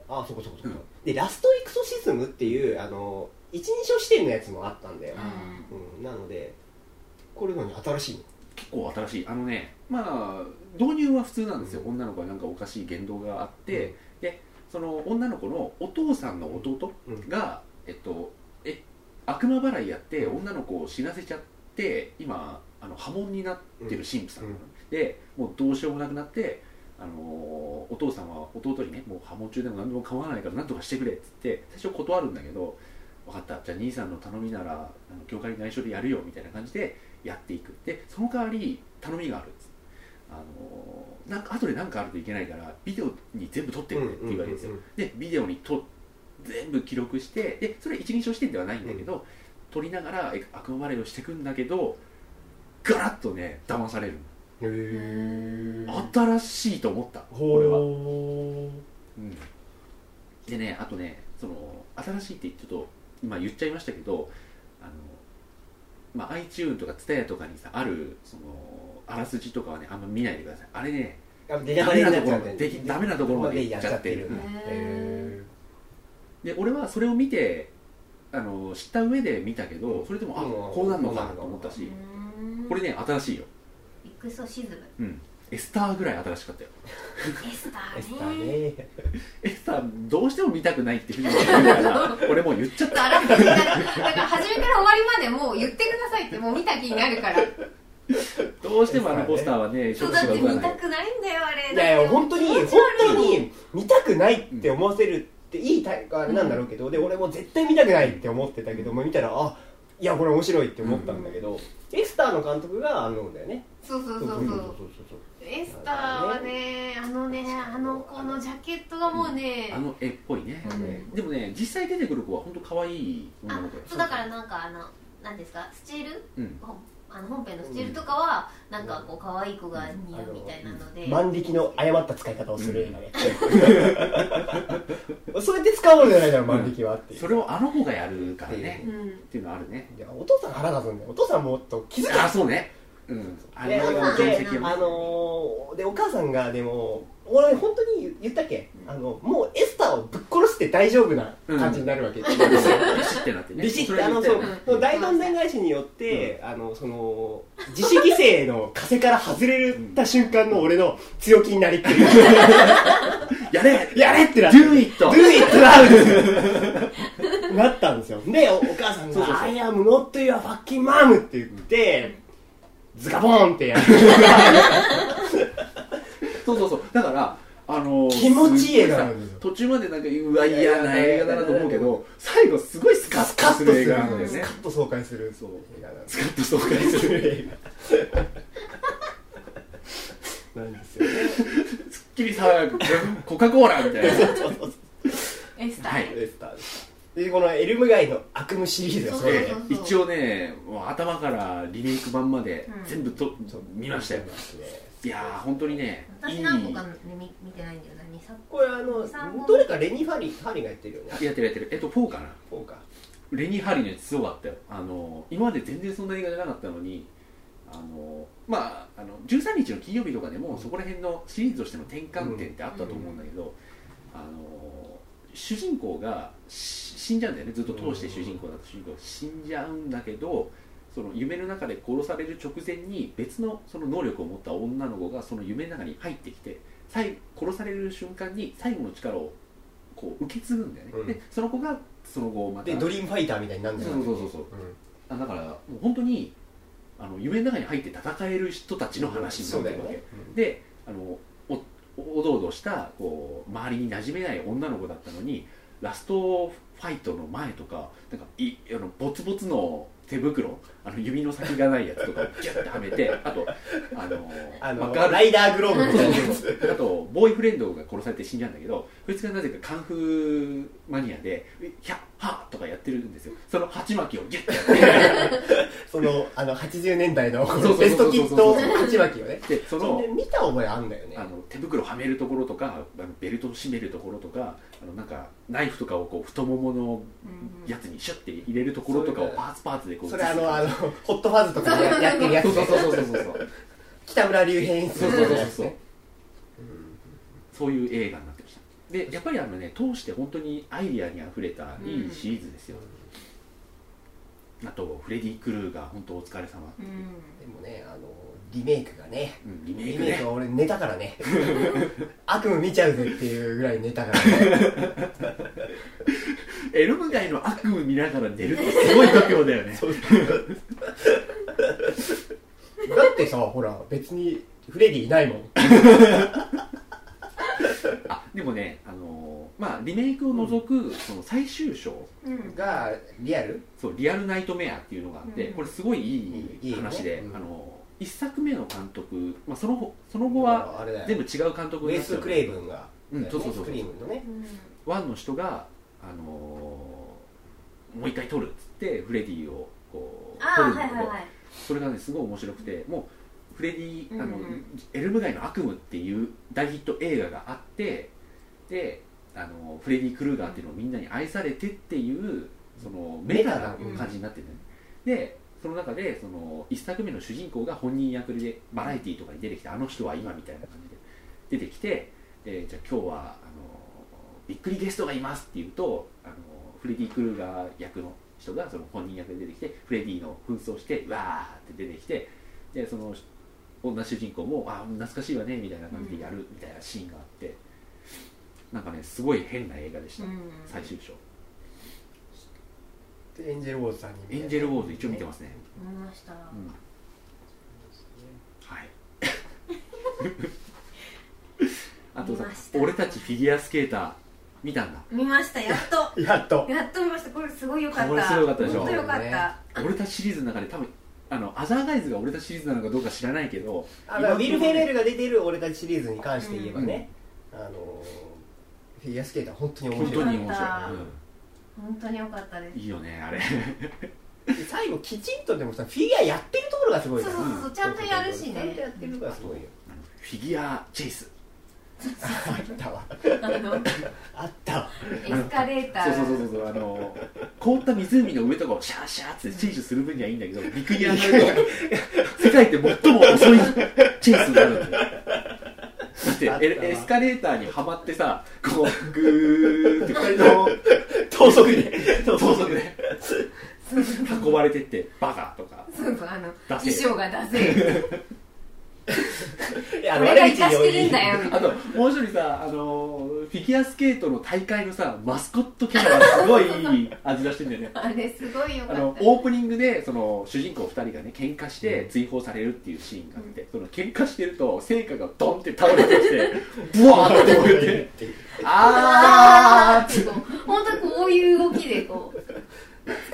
[SPEAKER 3] あそこそこそ
[SPEAKER 1] う
[SPEAKER 3] こ、
[SPEAKER 1] ん
[SPEAKER 3] でラストエクソシズムっていうあの一人称視点のやつもあったんだよ、
[SPEAKER 2] うん
[SPEAKER 3] うん、なのでこれのに新しいの
[SPEAKER 1] 結構新しいあのねまあ導入は普通なんですよ、
[SPEAKER 3] うん
[SPEAKER 1] 女の子はなんかおかしい言動があって、その女の子のお父さんの弟が、えっとえ悪魔払いやって
[SPEAKER 3] うん
[SPEAKER 1] 女の子を死なせちゃって今あの破門になってる神父さんなの、
[SPEAKER 3] うん
[SPEAKER 1] でもうどうしようもなくなってあのーお父さんは弟にねもう破門中でも何でも構わないから何とかしてくれっつって最初断るんだけど分かったじゃあ兄さんの頼みならあの教会に内緒でやるよみたいな感じでやっていくでその代わり頼みがあるっつあのーなんか後で何かあるといけないからビデオに全部撮ってくれって言うわけですよ、
[SPEAKER 3] うんうん
[SPEAKER 1] でビデオにと全部記録してでそれは一人称視点ではないんだけど、撮りながらえ悪魔払いをしていくんだけどガラッとね騙される、
[SPEAKER 3] うんへえ
[SPEAKER 1] 新しいと思ったこれは、うんでねあとねその新しいってちょっと今言っちゃいましたけどあの、まあ、iTune とか TSUTAYA とかにさあるそのあらすじとかはねあんま見ないでくださいあれね
[SPEAKER 3] あの出
[SPEAKER 1] ダ
[SPEAKER 3] 来
[SPEAKER 1] メ
[SPEAKER 3] 上が
[SPEAKER 1] な
[SPEAKER 3] り
[SPEAKER 1] と
[SPEAKER 3] に
[SPEAKER 1] こ
[SPEAKER 3] な
[SPEAKER 1] ろまで
[SPEAKER 3] っちゃうん
[SPEAKER 1] で
[SPEAKER 3] だ
[SPEAKER 1] き
[SPEAKER 3] よね
[SPEAKER 1] ダメなところまでや
[SPEAKER 3] やっ
[SPEAKER 1] っ
[SPEAKER 3] ち
[SPEAKER 1] ち
[SPEAKER 3] ゃ
[SPEAKER 1] ゃ
[SPEAKER 3] っ
[SPEAKER 1] ってて
[SPEAKER 3] る
[SPEAKER 1] る、
[SPEAKER 3] んだ
[SPEAKER 1] うん
[SPEAKER 2] へ
[SPEAKER 1] で俺はそれを見てあの知った上で見たけどそれでもあ、
[SPEAKER 3] うん
[SPEAKER 1] こうなるのかと思った
[SPEAKER 2] う
[SPEAKER 1] し、
[SPEAKER 2] ん
[SPEAKER 1] これね新しいよ、
[SPEAKER 2] エクソシズ ム
[SPEAKER 1] うん、エスターぐらい新しかったよ
[SPEAKER 2] エスタ
[SPEAKER 3] エスタ
[SPEAKER 2] ーね
[SPEAKER 3] ーね
[SPEAKER 1] エスターどうしても見たくないっていうふうに言うから俺もう言っちゃっ
[SPEAKER 2] だからだから初めから終わりまでもう言ってくださいってもう見た気になるから
[SPEAKER 1] たどうしてもあのポスターはね
[SPEAKER 2] そう
[SPEAKER 1] 食
[SPEAKER 2] だっ
[SPEAKER 1] 事
[SPEAKER 2] て
[SPEAKER 1] が食
[SPEAKER 2] 見
[SPEAKER 1] わな
[SPEAKER 2] た
[SPEAKER 1] い
[SPEAKER 2] くないんだよあれ
[SPEAKER 3] いやいや本当に
[SPEAKER 2] 気持
[SPEAKER 3] 本
[SPEAKER 2] ち悪い
[SPEAKER 3] 当に見たくないって思わせるっていいタイプあれなんだろうけどで俺も絶対見たくないって思ってたけども見たらあいやこれ面白いって思ったんだけどエスターの監督があのだよね
[SPEAKER 2] そうそう
[SPEAKER 3] そ
[SPEAKER 2] そ
[SPEAKER 3] う
[SPEAKER 2] う
[SPEAKER 3] そう
[SPEAKER 2] そ
[SPEAKER 3] そう
[SPEAKER 2] う
[SPEAKER 3] そうそう
[SPEAKER 2] エスターはねあのねあの子のジャケットがもうね、
[SPEAKER 1] あの絵っぽいね
[SPEAKER 3] あのね
[SPEAKER 1] でもね実際出てくる子は本当可愛い女の子よ
[SPEAKER 2] そうだからなんかあの何ですかスチール
[SPEAKER 1] うん
[SPEAKER 2] ほんあの本編のスチールとかは、なんかこう可愛い子が似合うみたいなので、
[SPEAKER 3] 万力の誤った使い方をするんだね、 それで使おうじゃないだろ万力はっていう、
[SPEAKER 1] それをあの子がやるからね
[SPEAKER 2] う、ん
[SPEAKER 1] っていうのあるね
[SPEAKER 3] いやお父さん腹立つんだよお父さんもっと気づけ
[SPEAKER 1] あそうねうんあ
[SPEAKER 3] で
[SPEAKER 1] れ
[SPEAKER 3] あ
[SPEAKER 1] は
[SPEAKER 3] の
[SPEAKER 1] 定
[SPEAKER 3] で
[SPEAKER 1] 石をね
[SPEAKER 3] あのーでお母さんがでも俺本当に言ったっけあのもうエスターをぶっ殺して大丈夫な感じになるわけ、
[SPEAKER 1] ビシッてなって ね
[SPEAKER 3] ビシッ
[SPEAKER 1] そ
[SPEAKER 3] て
[SPEAKER 1] れ
[SPEAKER 3] あ
[SPEAKER 1] は
[SPEAKER 3] の
[SPEAKER 1] 言
[SPEAKER 3] そ
[SPEAKER 1] っ
[SPEAKER 3] う
[SPEAKER 1] たよね
[SPEAKER 3] その大どんでん返しによって、あのその自主犠牲の枷から外れた瞬間の俺の強気になりっていう
[SPEAKER 1] やれ
[SPEAKER 3] やれってなって
[SPEAKER 1] !Do it!
[SPEAKER 3] Do it now! なったんですよでおお母さんが
[SPEAKER 1] そうそうそう
[SPEAKER 3] I am not your fucking mom! って言って、ズカボーンってやる
[SPEAKER 1] そうそうそうだからあのー
[SPEAKER 3] 気持ちいい映画なんですよ
[SPEAKER 1] 途中までなんかうわ嫌な映画だなと思うけど最後すごいスカッとする映画なんだよ
[SPEAKER 3] ス
[SPEAKER 1] ね
[SPEAKER 3] カッと爽快する
[SPEAKER 1] そう
[SPEAKER 3] 映画なんです
[SPEAKER 1] スカッと爽快する
[SPEAKER 3] なんですよね
[SPEAKER 1] きりさ、コカ・コーラみたいな。
[SPEAKER 3] そうそう
[SPEAKER 2] エスタ
[SPEAKER 1] は
[SPEAKER 2] ー
[SPEAKER 1] い
[SPEAKER 3] そうエスターでしたでこのエルム街の悪夢シリーズがすごいね
[SPEAKER 1] ええ一応ね、もう頭からリメイク版まで
[SPEAKER 2] うん
[SPEAKER 1] 全部と、見ましたよ
[SPEAKER 3] 見。すね
[SPEAKER 1] いやー、本当にね、い
[SPEAKER 2] 私
[SPEAKER 1] い。
[SPEAKER 2] 何個か見見てないんだよな二三
[SPEAKER 3] これあ
[SPEAKER 2] 三本
[SPEAKER 3] のどれかレニー・ファリファリがやってるよね
[SPEAKER 1] やってるやってる。えっと、4かな。
[SPEAKER 3] フォーか
[SPEAKER 1] レニー・ハリーのやつすごかったよあの今まで全然そんな映画じゃなかったのにあのまああの13日の金曜日とかでもそこら辺のシリーズとしての転換点ってあったと思うんだけど、あの主人公がし死んじゃうんだよねずっと通して主人公だった主人公が死んじゃうんだけどその夢の中で殺される直前に別のその能力を持った女の子がその夢の中に入ってきて最殺される瞬間に最後の力をこう受け継ぐんだよね、
[SPEAKER 3] うん
[SPEAKER 1] でその子がその後また
[SPEAKER 3] でドリームファイターみたいになるんだよ
[SPEAKER 1] そうそうそうそうあだからもう本当にあの夢の中に入って戦える人たちの話にな
[SPEAKER 3] そ
[SPEAKER 1] っ
[SPEAKER 3] う
[SPEAKER 1] て
[SPEAKER 3] だ
[SPEAKER 1] る
[SPEAKER 3] よ
[SPEAKER 1] わけ、
[SPEAKER 3] ね
[SPEAKER 1] であのおおどおどしたこう周りに馴染めない女の子だったのにラストファイトの前とかなんかいあのボツボツの手袋あの指の先がないやつとかをギュッてはめてあとあの
[SPEAKER 3] あ
[SPEAKER 1] まあ
[SPEAKER 3] の
[SPEAKER 1] ガール
[SPEAKER 3] ライダーグローブみたいなやつ
[SPEAKER 1] あとボーイフレンドが殺されて死んじゃうんだけどこいつがなぜかカンフーマニアで「ヒャッハッ!」とかやってるんですよその鉢巻きをギュッてやって
[SPEAKER 3] そのあの80年代のこ
[SPEAKER 1] そう
[SPEAKER 3] の
[SPEAKER 1] そう
[SPEAKER 3] ベ
[SPEAKER 1] そう
[SPEAKER 3] ス
[SPEAKER 1] そう
[SPEAKER 3] トキット鉢巻きをね
[SPEAKER 1] でそ
[SPEAKER 3] そ
[SPEAKER 1] の
[SPEAKER 3] れで見た覚えあんだよね
[SPEAKER 1] あの手袋はめるところとかあのベルトを締めるところとかあのなんかナイフとかをこう太ももの
[SPEAKER 2] うん
[SPEAKER 1] やつにシュッて入れるところとかを
[SPEAKER 3] そういうの
[SPEAKER 1] パーツパーツでこう
[SPEAKER 3] それあ
[SPEAKER 1] 移す
[SPEAKER 3] のあのホットファズとかでやってるやつ
[SPEAKER 1] そう
[SPEAKER 3] ね
[SPEAKER 1] そうそうそうそうそう
[SPEAKER 3] 北村隆平演出
[SPEAKER 1] そう
[SPEAKER 3] み
[SPEAKER 1] そうそ
[SPEAKER 3] たいな
[SPEAKER 1] う
[SPEAKER 3] やつ
[SPEAKER 1] そう
[SPEAKER 3] ねうん
[SPEAKER 1] そういう映画になってましたでやっぱりあのね通して本当にアイディアにあふれたいいシリーズですよ、あとフレディ・クルーが本当お疲れ様、
[SPEAKER 2] うん
[SPEAKER 3] でもねあのリメイクがね
[SPEAKER 1] うん、リメイ
[SPEAKER 3] リ
[SPEAKER 1] ク
[SPEAKER 3] メイ
[SPEAKER 1] ね
[SPEAKER 3] クは俺寝たからね悪夢見ちゃうぜっていうぐらい寝たからね
[SPEAKER 1] エルム街の悪夢見ながら寝るってすごい度胸だよ ね
[SPEAKER 3] だってさほら別にフレディいないもん
[SPEAKER 1] あでもねあのーまあリメイクを除く、その最終章、
[SPEAKER 2] うん
[SPEAKER 3] がリアル
[SPEAKER 1] そうリアルナイトメアっていうのがあって、
[SPEAKER 2] うん
[SPEAKER 1] これすごいい
[SPEAKER 3] いい
[SPEAKER 1] い
[SPEAKER 3] いいね
[SPEAKER 1] 話で、
[SPEAKER 3] うん
[SPEAKER 1] あの一作目の監督、まあ、その後その後は
[SPEAKER 3] あれだよ
[SPEAKER 1] 全部違う監督
[SPEAKER 3] ウ
[SPEAKER 1] に
[SPEAKER 3] ェ
[SPEAKER 1] なっちゃ
[SPEAKER 3] ス・
[SPEAKER 1] う
[SPEAKER 3] クレイブンが、
[SPEAKER 1] うんそうそうそう
[SPEAKER 3] ウェスクリームのね
[SPEAKER 1] ワンの人が、あのーもう一回撮るっつってフレディをこ
[SPEAKER 2] あ
[SPEAKER 1] う撮るん
[SPEAKER 2] あはい
[SPEAKER 1] だけど、
[SPEAKER 2] はいはい
[SPEAKER 1] それがねすごい面白くてもうフレディ、あの
[SPEAKER 2] うんうん
[SPEAKER 1] エルム街の悪夢っていう大ヒット映画があってであのフレディ・クルーガーっていうのをみんなに愛されてっていうそのメタな感じになってる、ねでその中でその1作目の主人公が本人役でバラエティーとかに出てきてあの人は今みたいな感じで出てきて、えーじゃあ今日はあのびっくりゲストがいますって言うとあのフレディ・クルーガー役の人がその本人役で出てきてフレディの紛争してわーって出てきてでその女主人公も「あー懐かしいわね」みたいな感じでやるみたいなシーンがあってなんかねすごい変な映画でした、
[SPEAKER 2] うん
[SPEAKER 1] 最終章
[SPEAKER 3] でエンジェル・ウォーズさんに
[SPEAKER 1] エンジェル・ウォーズ一応見てますすね、
[SPEAKER 2] 思いました
[SPEAKER 1] うん、はい あとさ
[SPEAKER 2] 見ました
[SPEAKER 1] 俺たちフィギュアスケーター見たんだ
[SPEAKER 2] 見ましたやっと
[SPEAKER 3] やっと
[SPEAKER 2] やっと見ましたこれすごい良かった
[SPEAKER 1] これすごい良かったでしょ
[SPEAKER 2] 本当良かった
[SPEAKER 1] 俺たちシリーズの中で多分あのアザーガイズが俺たちシリーズなのかどうか知らないけど
[SPEAKER 3] あのウィル・フェレルが出てる俺たちシリーズに関して言えばね、あのフィギュアスケーター本当に面
[SPEAKER 1] 本当
[SPEAKER 3] 白い
[SPEAKER 1] に面
[SPEAKER 2] よか
[SPEAKER 1] 白
[SPEAKER 2] っ
[SPEAKER 1] い、
[SPEAKER 2] 本当に良かったです
[SPEAKER 1] うんいいよねあれ
[SPEAKER 3] で最後きちんとでもさフィギュアやってるところがすごいよね
[SPEAKER 2] そうそうそうちゃんとやるしね
[SPEAKER 3] ちゃんとやってるからすごいよ
[SPEAKER 1] フィギュアチェイス
[SPEAKER 3] あったわ
[SPEAKER 2] あの
[SPEAKER 3] あったわ
[SPEAKER 2] エスカレータ
[SPEAKER 1] そう
[SPEAKER 2] ー
[SPEAKER 1] そうそうそうそうあの凍った湖の上とかをシャーシャーってチェイスする分にはいいんだけど陸に上がると世界で最も遅いチェイスになるんだよだって
[SPEAKER 3] あったわ
[SPEAKER 1] エエスカレーターにはまってさこうグーって二人の
[SPEAKER 3] 等速で等
[SPEAKER 1] 等速 で運ばれてってバカとか
[SPEAKER 2] そうそうあの
[SPEAKER 1] ダセえ
[SPEAKER 2] 衣装がダセえ
[SPEAKER 3] いやあ
[SPEAKER 2] こ
[SPEAKER 3] の
[SPEAKER 2] れが活かしてるんだ
[SPEAKER 3] 悪
[SPEAKER 2] よみた
[SPEAKER 1] あ
[SPEAKER 2] いな
[SPEAKER 1] ともう一人さあのフィギュアスケートの大会のさマスコットキャラがすごいいい味出してんだよね
[SPEAKER 2] あれすごい良
[SPEAKER 1] あ
[SPEAKER 2] か
[SPEAKER 1] の
[SPEAKER 2] った
[SPEAKER 1] オープニングでその主人公2人がね喧嘩して追放されるっていうシーンがあって、その喧嘩してると聖火がドンって倒れてきてブワーって燃えて
[SPEAKER 3] いい
[SPEAKER 1] あ
[SPEAKER 2] ーってこう本当こういう動きでこう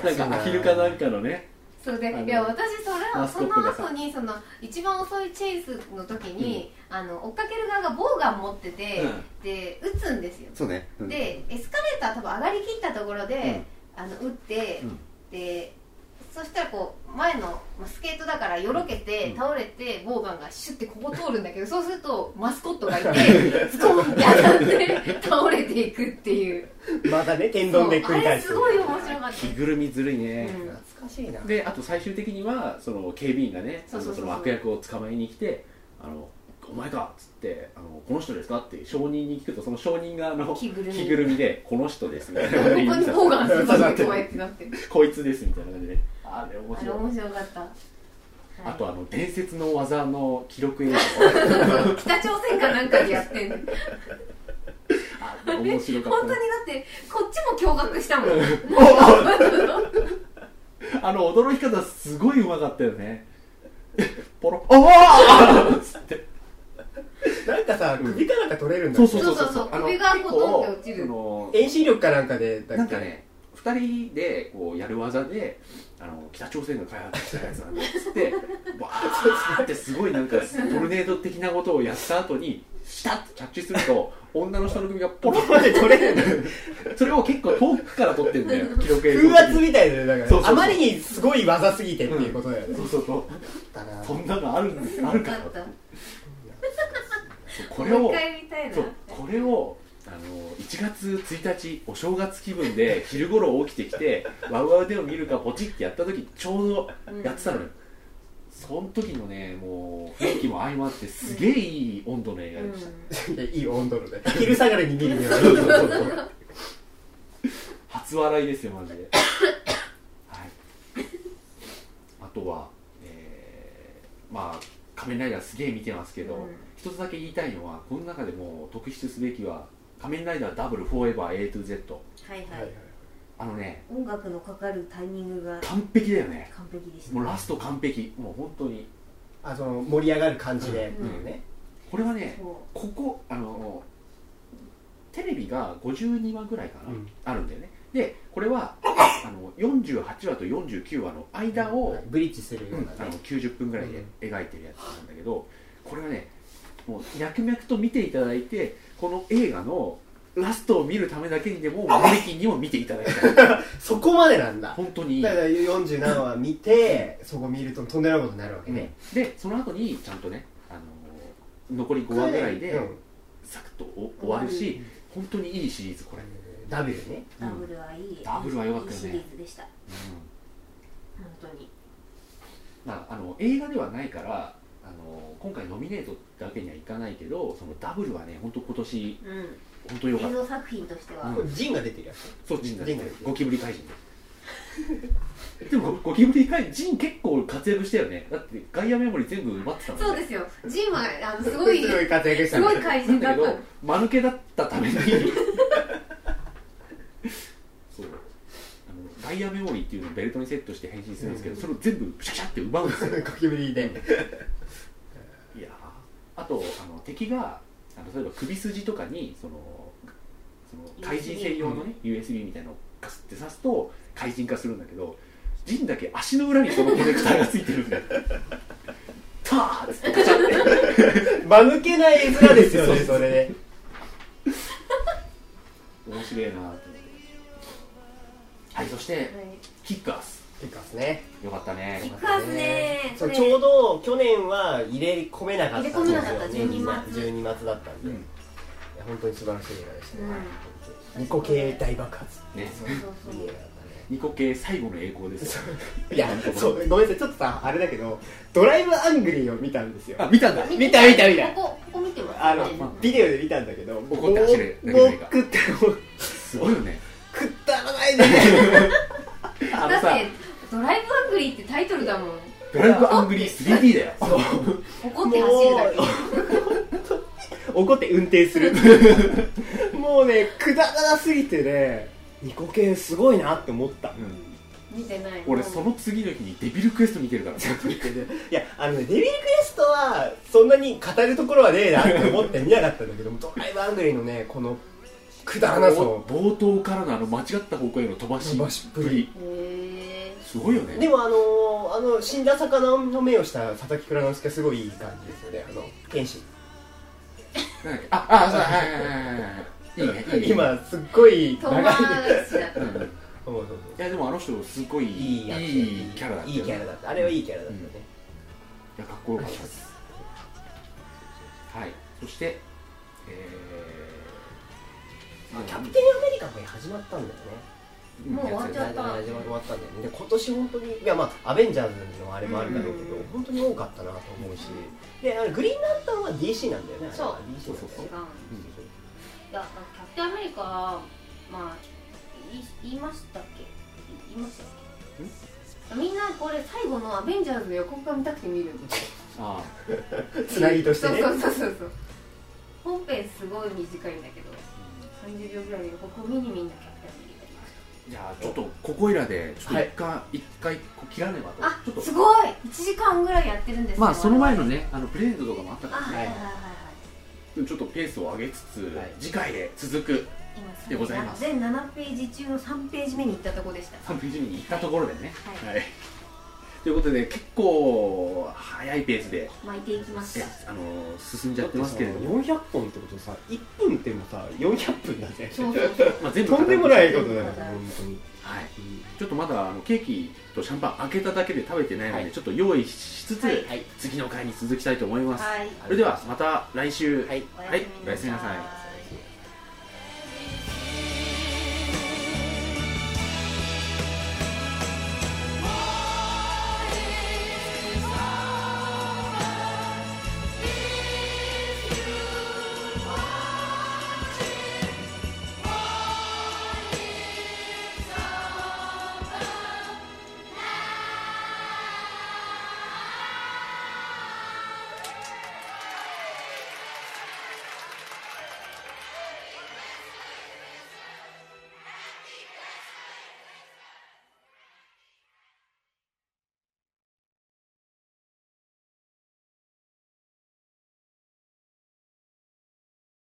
[SPEAKER 1] ーなんかアヒルかなんかのね
[SPEAKER 2] そう
[SPEAKER 1] あの
[SPEAKER 2] でいや私それ
[SPEAKER 1] マ
[SPEAKER 2] は
[SPEAKER 1] ス
[SPEAKER 2] そ
[SPEAKER 1] コット
[SPEAKER 2] の
[SPEAKER 1] がさ
[SPEAKER 2] 後にその一番遅いチェイスの時に、あの追っかける側がボウガン持ってて、で撃つんですよ
[SPEAKER 1] そうね、うん
[SPEAKER 2] でエスカレーター多分上がりきったところで、あの撃って、
[SPEAKER 1] うん
[SPEAKER 2] でそしたらこう前のまあスケートだからよろけて、
[SPEAKER 1] うん
[SPEAKER 2] 倒れてボウガンがシュッてここ通るんだけどそうするとマスコットが いてズコンって当たって倒れていくっていう
[SPEAKER 3] またね天丼で
[SPEAKER 2] そう
[SPEAKER 3] 繰
[SPEAKER 2] あ
[SPEAKER 3] り返
[SPEAKER 2] れ
[SPEAKER 3] す
[SPEAKER 2] すごい面白かっ
[SPEAKER 1] 着ぐるみずるいね、
[SPEAKER 2] うん
[SPEAKER 3] 懐かしいな
[SPEAKER 1] であと最終的にはその警備員がねあ
[SPEAKER 2] そう
[SPEAKER 1] の
[SPEAKER 2] そう
[SPEAKER 1] そ
[SPEAKER 2] そうそう
[SPEAKER 1] の悪役を捕まえに来て「あのお前か」っつってあの「この人ですか?」って証人に聞くとその証人があの
[SPEAKER 2] 着ぐるみ
[SPEAKER 1] 着ぐるみで「この人です」みたい
[SPEAKER 2] たこ
[SPEAKER 1] な
[SPEAKER 2] こにボウガン
[SPEAKER 3] 刺さってる
[SPEAKER 2] こうやってなってる
[SPEAKER 1] こいつです」みたいな感じであれ面
[SPEAKER 2] あれ
[SPEAKER 1] 白い
[SPEAKER 2] 面白かった、はい
[SPEAKER 1] あとあの伝説の技の記録 映像
[SPEAKER 2] 北朝鮮かなんかでやってんの
[SPEAKER 1] あれ面白かっ
[SPEAKER 2] 本当にだってこっちも驚愕したもん
[SPEAKER 1] たなあの驚き方すごいうまかったよ ねポロああっつって
[SPEAKER 3] なんかさ首かなんか取れるん
[SPEAKER 1] そ
[SPEAKER 3] だっ
[SPEAKER 1] う
[SPEAKER 3] け
[SPEAKER 1] そうそう
[SPEAKER 2] そうそうそう
[SPEAKER 1] あの
[SPEAKER 2] 首がポトンって落ちる
[SPEAKER 1] 結構その
[SPEAKER 3] 遠心力かなんかでだっけ
[SPEAKER 1] なんかね2人でこうやる技であの北朝鮮が開発したやつなんだっつって バーってすごいなんかトルネード的なことをやった後にシタッとキャッチすると女の人の首がポロッ
[SPEAKER 3] ここまで取れる
[SPEAKER 1] それを結構遠くから撮ってるんだよ記録映像
[SPEAKER 3] 風圧みたいだねだ
[SPEAKER 1] そうそう
[SPEAKER 3] から
[SPEAKER 1] そう
[SPEAKER 3] あまりにすごい技すぎてっていうことだよね
[SPEAKER 1] そうそうそう
[SPEAKER 3] だな
[SPEAKER 1] そんなのあるんですあるか
[SPEAKER 2] からった
[SPEAKER 1] そうこれ
[SPEAKER 2] も
[SPEAKER 1] を
[SPEAKER 2] う一回見たいな
[SPEAKER 1] そうこれをあの1月1日お正月気分で昼頃起きてき てワウワウでも見るかポチってやった時ちょうどやってたのよ、その時のねもう雰囲気も相まってすげえいい温度の映画でした、
[SPEAKER 3] いやいい温度のね 昼下がりに見るよ
[SPEAKER 1] そうそうう
[SPEAKER 3] な
[SPEAKER 1] そうそう初笑いですよマ ジではいあとはえーまあ仮面ライダーすげえ見てますけど、
[SPEAKER 2] うん
[SPEAKER 1] 一つだけ言いたいのはこの中でも特筆すべきは仮面ライダーダブルフォーエバー A to Z
[SPEAKER 2] はいはい、
[SPEAKER 3] はいはい
[SPEAKER 1] あのね
[SPEAKER 2] 音楽のかかるタイミングが
[SPEAKER 1] 完璧だよね
[SPEAKER 2] 完璧でした
[SPEAKER 1] もうラスト完璧もう本当に
[SPEAKER 3] あその盛り上がる感じで
[SPEAKER 2] うん
[SPEAKER 3] ね
[SPEAKER 1] これはね
[SPEAKER 2] そ
[SPEAKER 1] ここあのテレビが52話ぐらいかな、
[SPEAKER 3] うん
[SPEAKER 1] あるんだよねでこれはあの48話と49話の間を、
[SPEAKER 3] ブリッジするよ
[SPEAKER 1] うん
[SPEAKER 3] う
[SPEAKER 1] あ
[SPEAKER 3] な
[SPEAKER 1] の
[SPEAKER 3] ね
[SPEAKER 1] 90分ぐらいで描いてるやつなんだけど、これはねもう脈々と見ていただいてこの映画のラストを見るためだけにでもマネキンにも見ていただきたい
[SPEAKER 3] そこまでなんだ
[SPEAKER 1] 本当にいい
[SPEAKER 3] だから40何話見てそこ見るととんでもないことになるわけね
[SPEAKER 1] うんでその後にちゃんとねあの残り5話ぐらいで
[SPEAKER 3] うん
[SPEAKER 1] サクッとお終わるし
[SPEAKER 3] うん
[SPEAKER 1] 本当にいいシリーズこれ、
[SPEAKER 3] ダブルね
[SPEAKER 2] ダブルはいい
[SPEAKER 1] ダブルは良かったよね
[SPEAKER 2] いいシリーズでした本当に
[SPEAKER 1] まあ、あの映画ではないからあの今回ノミネートってわけにはいかないけどそのダブルはね本当今年
[SPEAKER 2] う
[SPEAKER 1] 本当良か
[SPEAKER 2] ん映
[SPEAKER 1] った
[SPEAKER 2] 像作品としては、
[SPEAKER 1] うん
[SPEAKER 3] これジンが出てるやつ
[SPEAKER 1] そうジンだ
[SPEAKER 3] ジンが出てる
[SPEAKER 1] ゴキブリ怪人ででもゴキブリ怪人ジン結構活躍したよねだってガイアメモリー全部奪ってたもんね
[SPEAKER 2] そうですよジンはあのす ごい
[SPEAKER 3] すごい活躍した
[SPEAKER 2] す
[SPEAKER 3] ね
[SPEAKER 2] ごい 怪人だ
[SPEAKER 1] だ
[SPEAKER 2] っ
[SPEAKER 1] け
[SPEAKER 2] た
[SPEAKER 1] ど間抜けだったためにそうあのガイアメモリーっていうのをベルトにセットして変身するんですけど、
[SPEAKER 3] うん
[SPEAKER 1] それを全部シャシャって奪うんですよ
[SPEAKER 3] ゴキブリで
[SPEAKER 1] いやーあとあの敵があの例えば首筋とかにそのその対人専用のね USB みたいなのをガスって刺すと怪人化するんだけどジンだけ足の裏にそのコネクターがついてるんだよターッつってガチャって
[SPEAKER 3] 間抜けな絵面ですよねそれで
[SPEAKER 1] 面白いなーと思ってはいそして
[SPEAKER 2] はい
[SPEAKER 1] キッカース
[SPEAKER 3] てかっすね
[SPEAKER 1] よかったね
[SPEAKER 2] キックアスね
[SPEAKER 3] そう
[SPEAKER 2] これ
[SPEAKER 3] ちょうど去年は入れ込めなかったんですよ
[SPEAKER 2] 入れ込めなかった
[SPEAKER 3] みんな
[SPEAKER 2] 12月
[SPEAKER 3] 12月だったんで、
[SPEAKER 1] うん
[SPEAKER 3] いや本当に素晴らしい映画でしたね、
[SPEAKER 2] うん
[SPEAKER 3] はいニコ系大爆発っていう
[SPEAKER 1] ね
[SPEAKER 2] そうそうそう
[SPEAKER 3] いい映画だっ
[SPEAKER 1] ニコ系最後の栄光ですよ
[SPEAKER 3] たねいやそうごめんなさいちょっとさあれだけどドライブアングリーを見たんですよ
[SPEAKER 1] あ見たんだ
[SPEAKER 3] 見た見た見た
[SPEAKER 2] ここここ見てます
[SPEAKER 3] あの
[SPEAKER 1] ま
[SPEAKER 3] ビデオで見たんだけど
[SPEAKER 1] 怒って走るだけの映画
[SPEAKER 3] 僕ってもう
[SPEAKER 1] すごいよね
[SPEAKER 3] くったらないね
[SPEAKER 1] あの
[SPEAKER 2] だっ
[SPEAKER 1] さ
[SPEAKER 2] て「ドライブアングリー」ってタイトルだもん
[SPEAKER 1] ドライブアングリー 3D だよ
[SPEAKER 2] 怒って走るだ け
[SPEAKER 3] もう怒って運転する もうねくだらなすぎてねニコ系すごいなって思った
[SPEAKER 1] うん
[SPEAKER 2] 見てない
[SPEAKER 1] 俺その次の日にデビルクエスト見てるから
[SPEAKER 3] いやあのねデビルクエストはそんなに語るところはねえなって思って見なかったんだけどもドライブアングリーのねこのくだらなさを
[SPEAKER 1] 冒頭からのあの間違った方向への飛ばし
[SPEAKER 3] 飛ばしっぷり
[SPEAKER 2] へえ
[SPEAKER 1] すごいよね
[SPEAKER 3] でもあのーもあの死んだ魚の目をした佐々木蔵之介はすごいいい感じですよねあの剣士
[SPEAKER 1] なんだっけああそうはいはいはいはいはいいいねいいね
[SPEAKER 3] 今すっごい
[SPEAKER 2] 遠
[SPEAKER 3] 長
[SPEAKER 2] 回
[SPEAKER 3] い
[SPEAKER 2] しだ
[SPEAKER 1] うんうん
[SPEAKER 3] そうそうそう
[SPEAKER 1] いやでもあの人すごい
[SPEAKER 3] いいやつ
[SPEAKER 1] いいキャラだった
[SPEAKER 3] いいキャラだったあれはいいキャラだったね、
[SPEAKER 1] いやかっこよかったですはいそしてえ
[SPEAKER 3] あ
[SPEAKER 1] ー
[SPEAKER 3] キャプテンアメリカが始まったんだよね
[SPEAKER 1] うん
[SPEAKER 2] もう終わっちゃった
[SPEAKER 3] 始まったんだよねで今年本当にいやまあアベンジャーズのあれもあるだろうけど、
[SPEAKER 2] うん
[SPEAKER 3] 本当に多かったなと思うしであのグリーンランタンは DC なんだよねあれは
[SPEAKER 2] そう
[SPEAKER 3] DC なんだ
[SPEAKER 2] 違う
[SPEAKER 3] よね
[SPEAKER 2] いやキャプテンアメリカまあい言いましたっけ言いましたっけみんなこれ最後のアベンジャーズの予告が見たくて見るんです
[SPEAKER 1] あ
[SPEAKER 3] つなぎとして
[SPEAKER 2] そう
[SPEAKER 3] ね
[SPEAKER 2] そうそうそうそう本編すごい短いんだけど30秒ぐらいの予告を見にみんなキャプテンアメリカに
[SPEAKER 1] じゃあちょっとここいらでちょっと一回、一回こう切らねばと
[SPEAKER 2] あ
[SPEAKER 1] ちょっ
[SPEAKER 2] す
[SPEAKER 1] と
[SPEAKER 2] ごい1時間ぐらいやってるんですね
[SPEAKER 1] まあその前の
[SPEAKER 2] 我々
[SPEAKER 1] ねあのプレゼントとかもあった
[SPEAKER 2] あ
[SPEAKER 1] か
[SPEAKER 2] はいはいはいはい
[SPEAKER 1] らちょっとペースを上げつつ、
[SPEAKER 3] はい
[SPEAKER 1] 次回へ続く
[SPEAKER 2] 今それ
[SPEAKER 1] でございます
[SPEAKER 2] 全7ページ中の3ページ目に行ったとこでした
[SPEAKER 1] 3ページ目に行ったところでね
[SPEAKER 2] はい
[SPEAKER 1] はい、ということで結構早いペースで
[SPEAKER 2] 巻いていきまし
[SPEAKER 1] え
[SPEAKER 2] た
[SPEAKER 1] あの進んじゃってますけれども、
[SPEAKER 3] 400本ってことさ1分ってもさ400分だぜ
[SPEAKER 2] そうそうそう
[SPEAKER 1] まあ、全部
[SPEAKER 3] とんでもない
[SPEAKER 1] は
[SPEAKER 3] ことだよ本当に、
[SPEAKER 1] い、ちょっとまだあのケーキとシャンパン開けただけで食べてないので、
[SPEAKER 3] はい
[SPEAKER 1] ちょっと用意しつつ、
[SPEAKER 2] はい
[SPEAKER 3] はい
[SPEAKER 1] 次の回に続きたいと思います、
[SPEAKER 2] はい
[SPEAKER 1] それではまた来週、
[SPEAKER 3] はい
[SPEAKER 2] おや
[SPEAKER 1] は
[SPEAKER 2] すみなさい
[SPEAKER 1] いおやすみなさい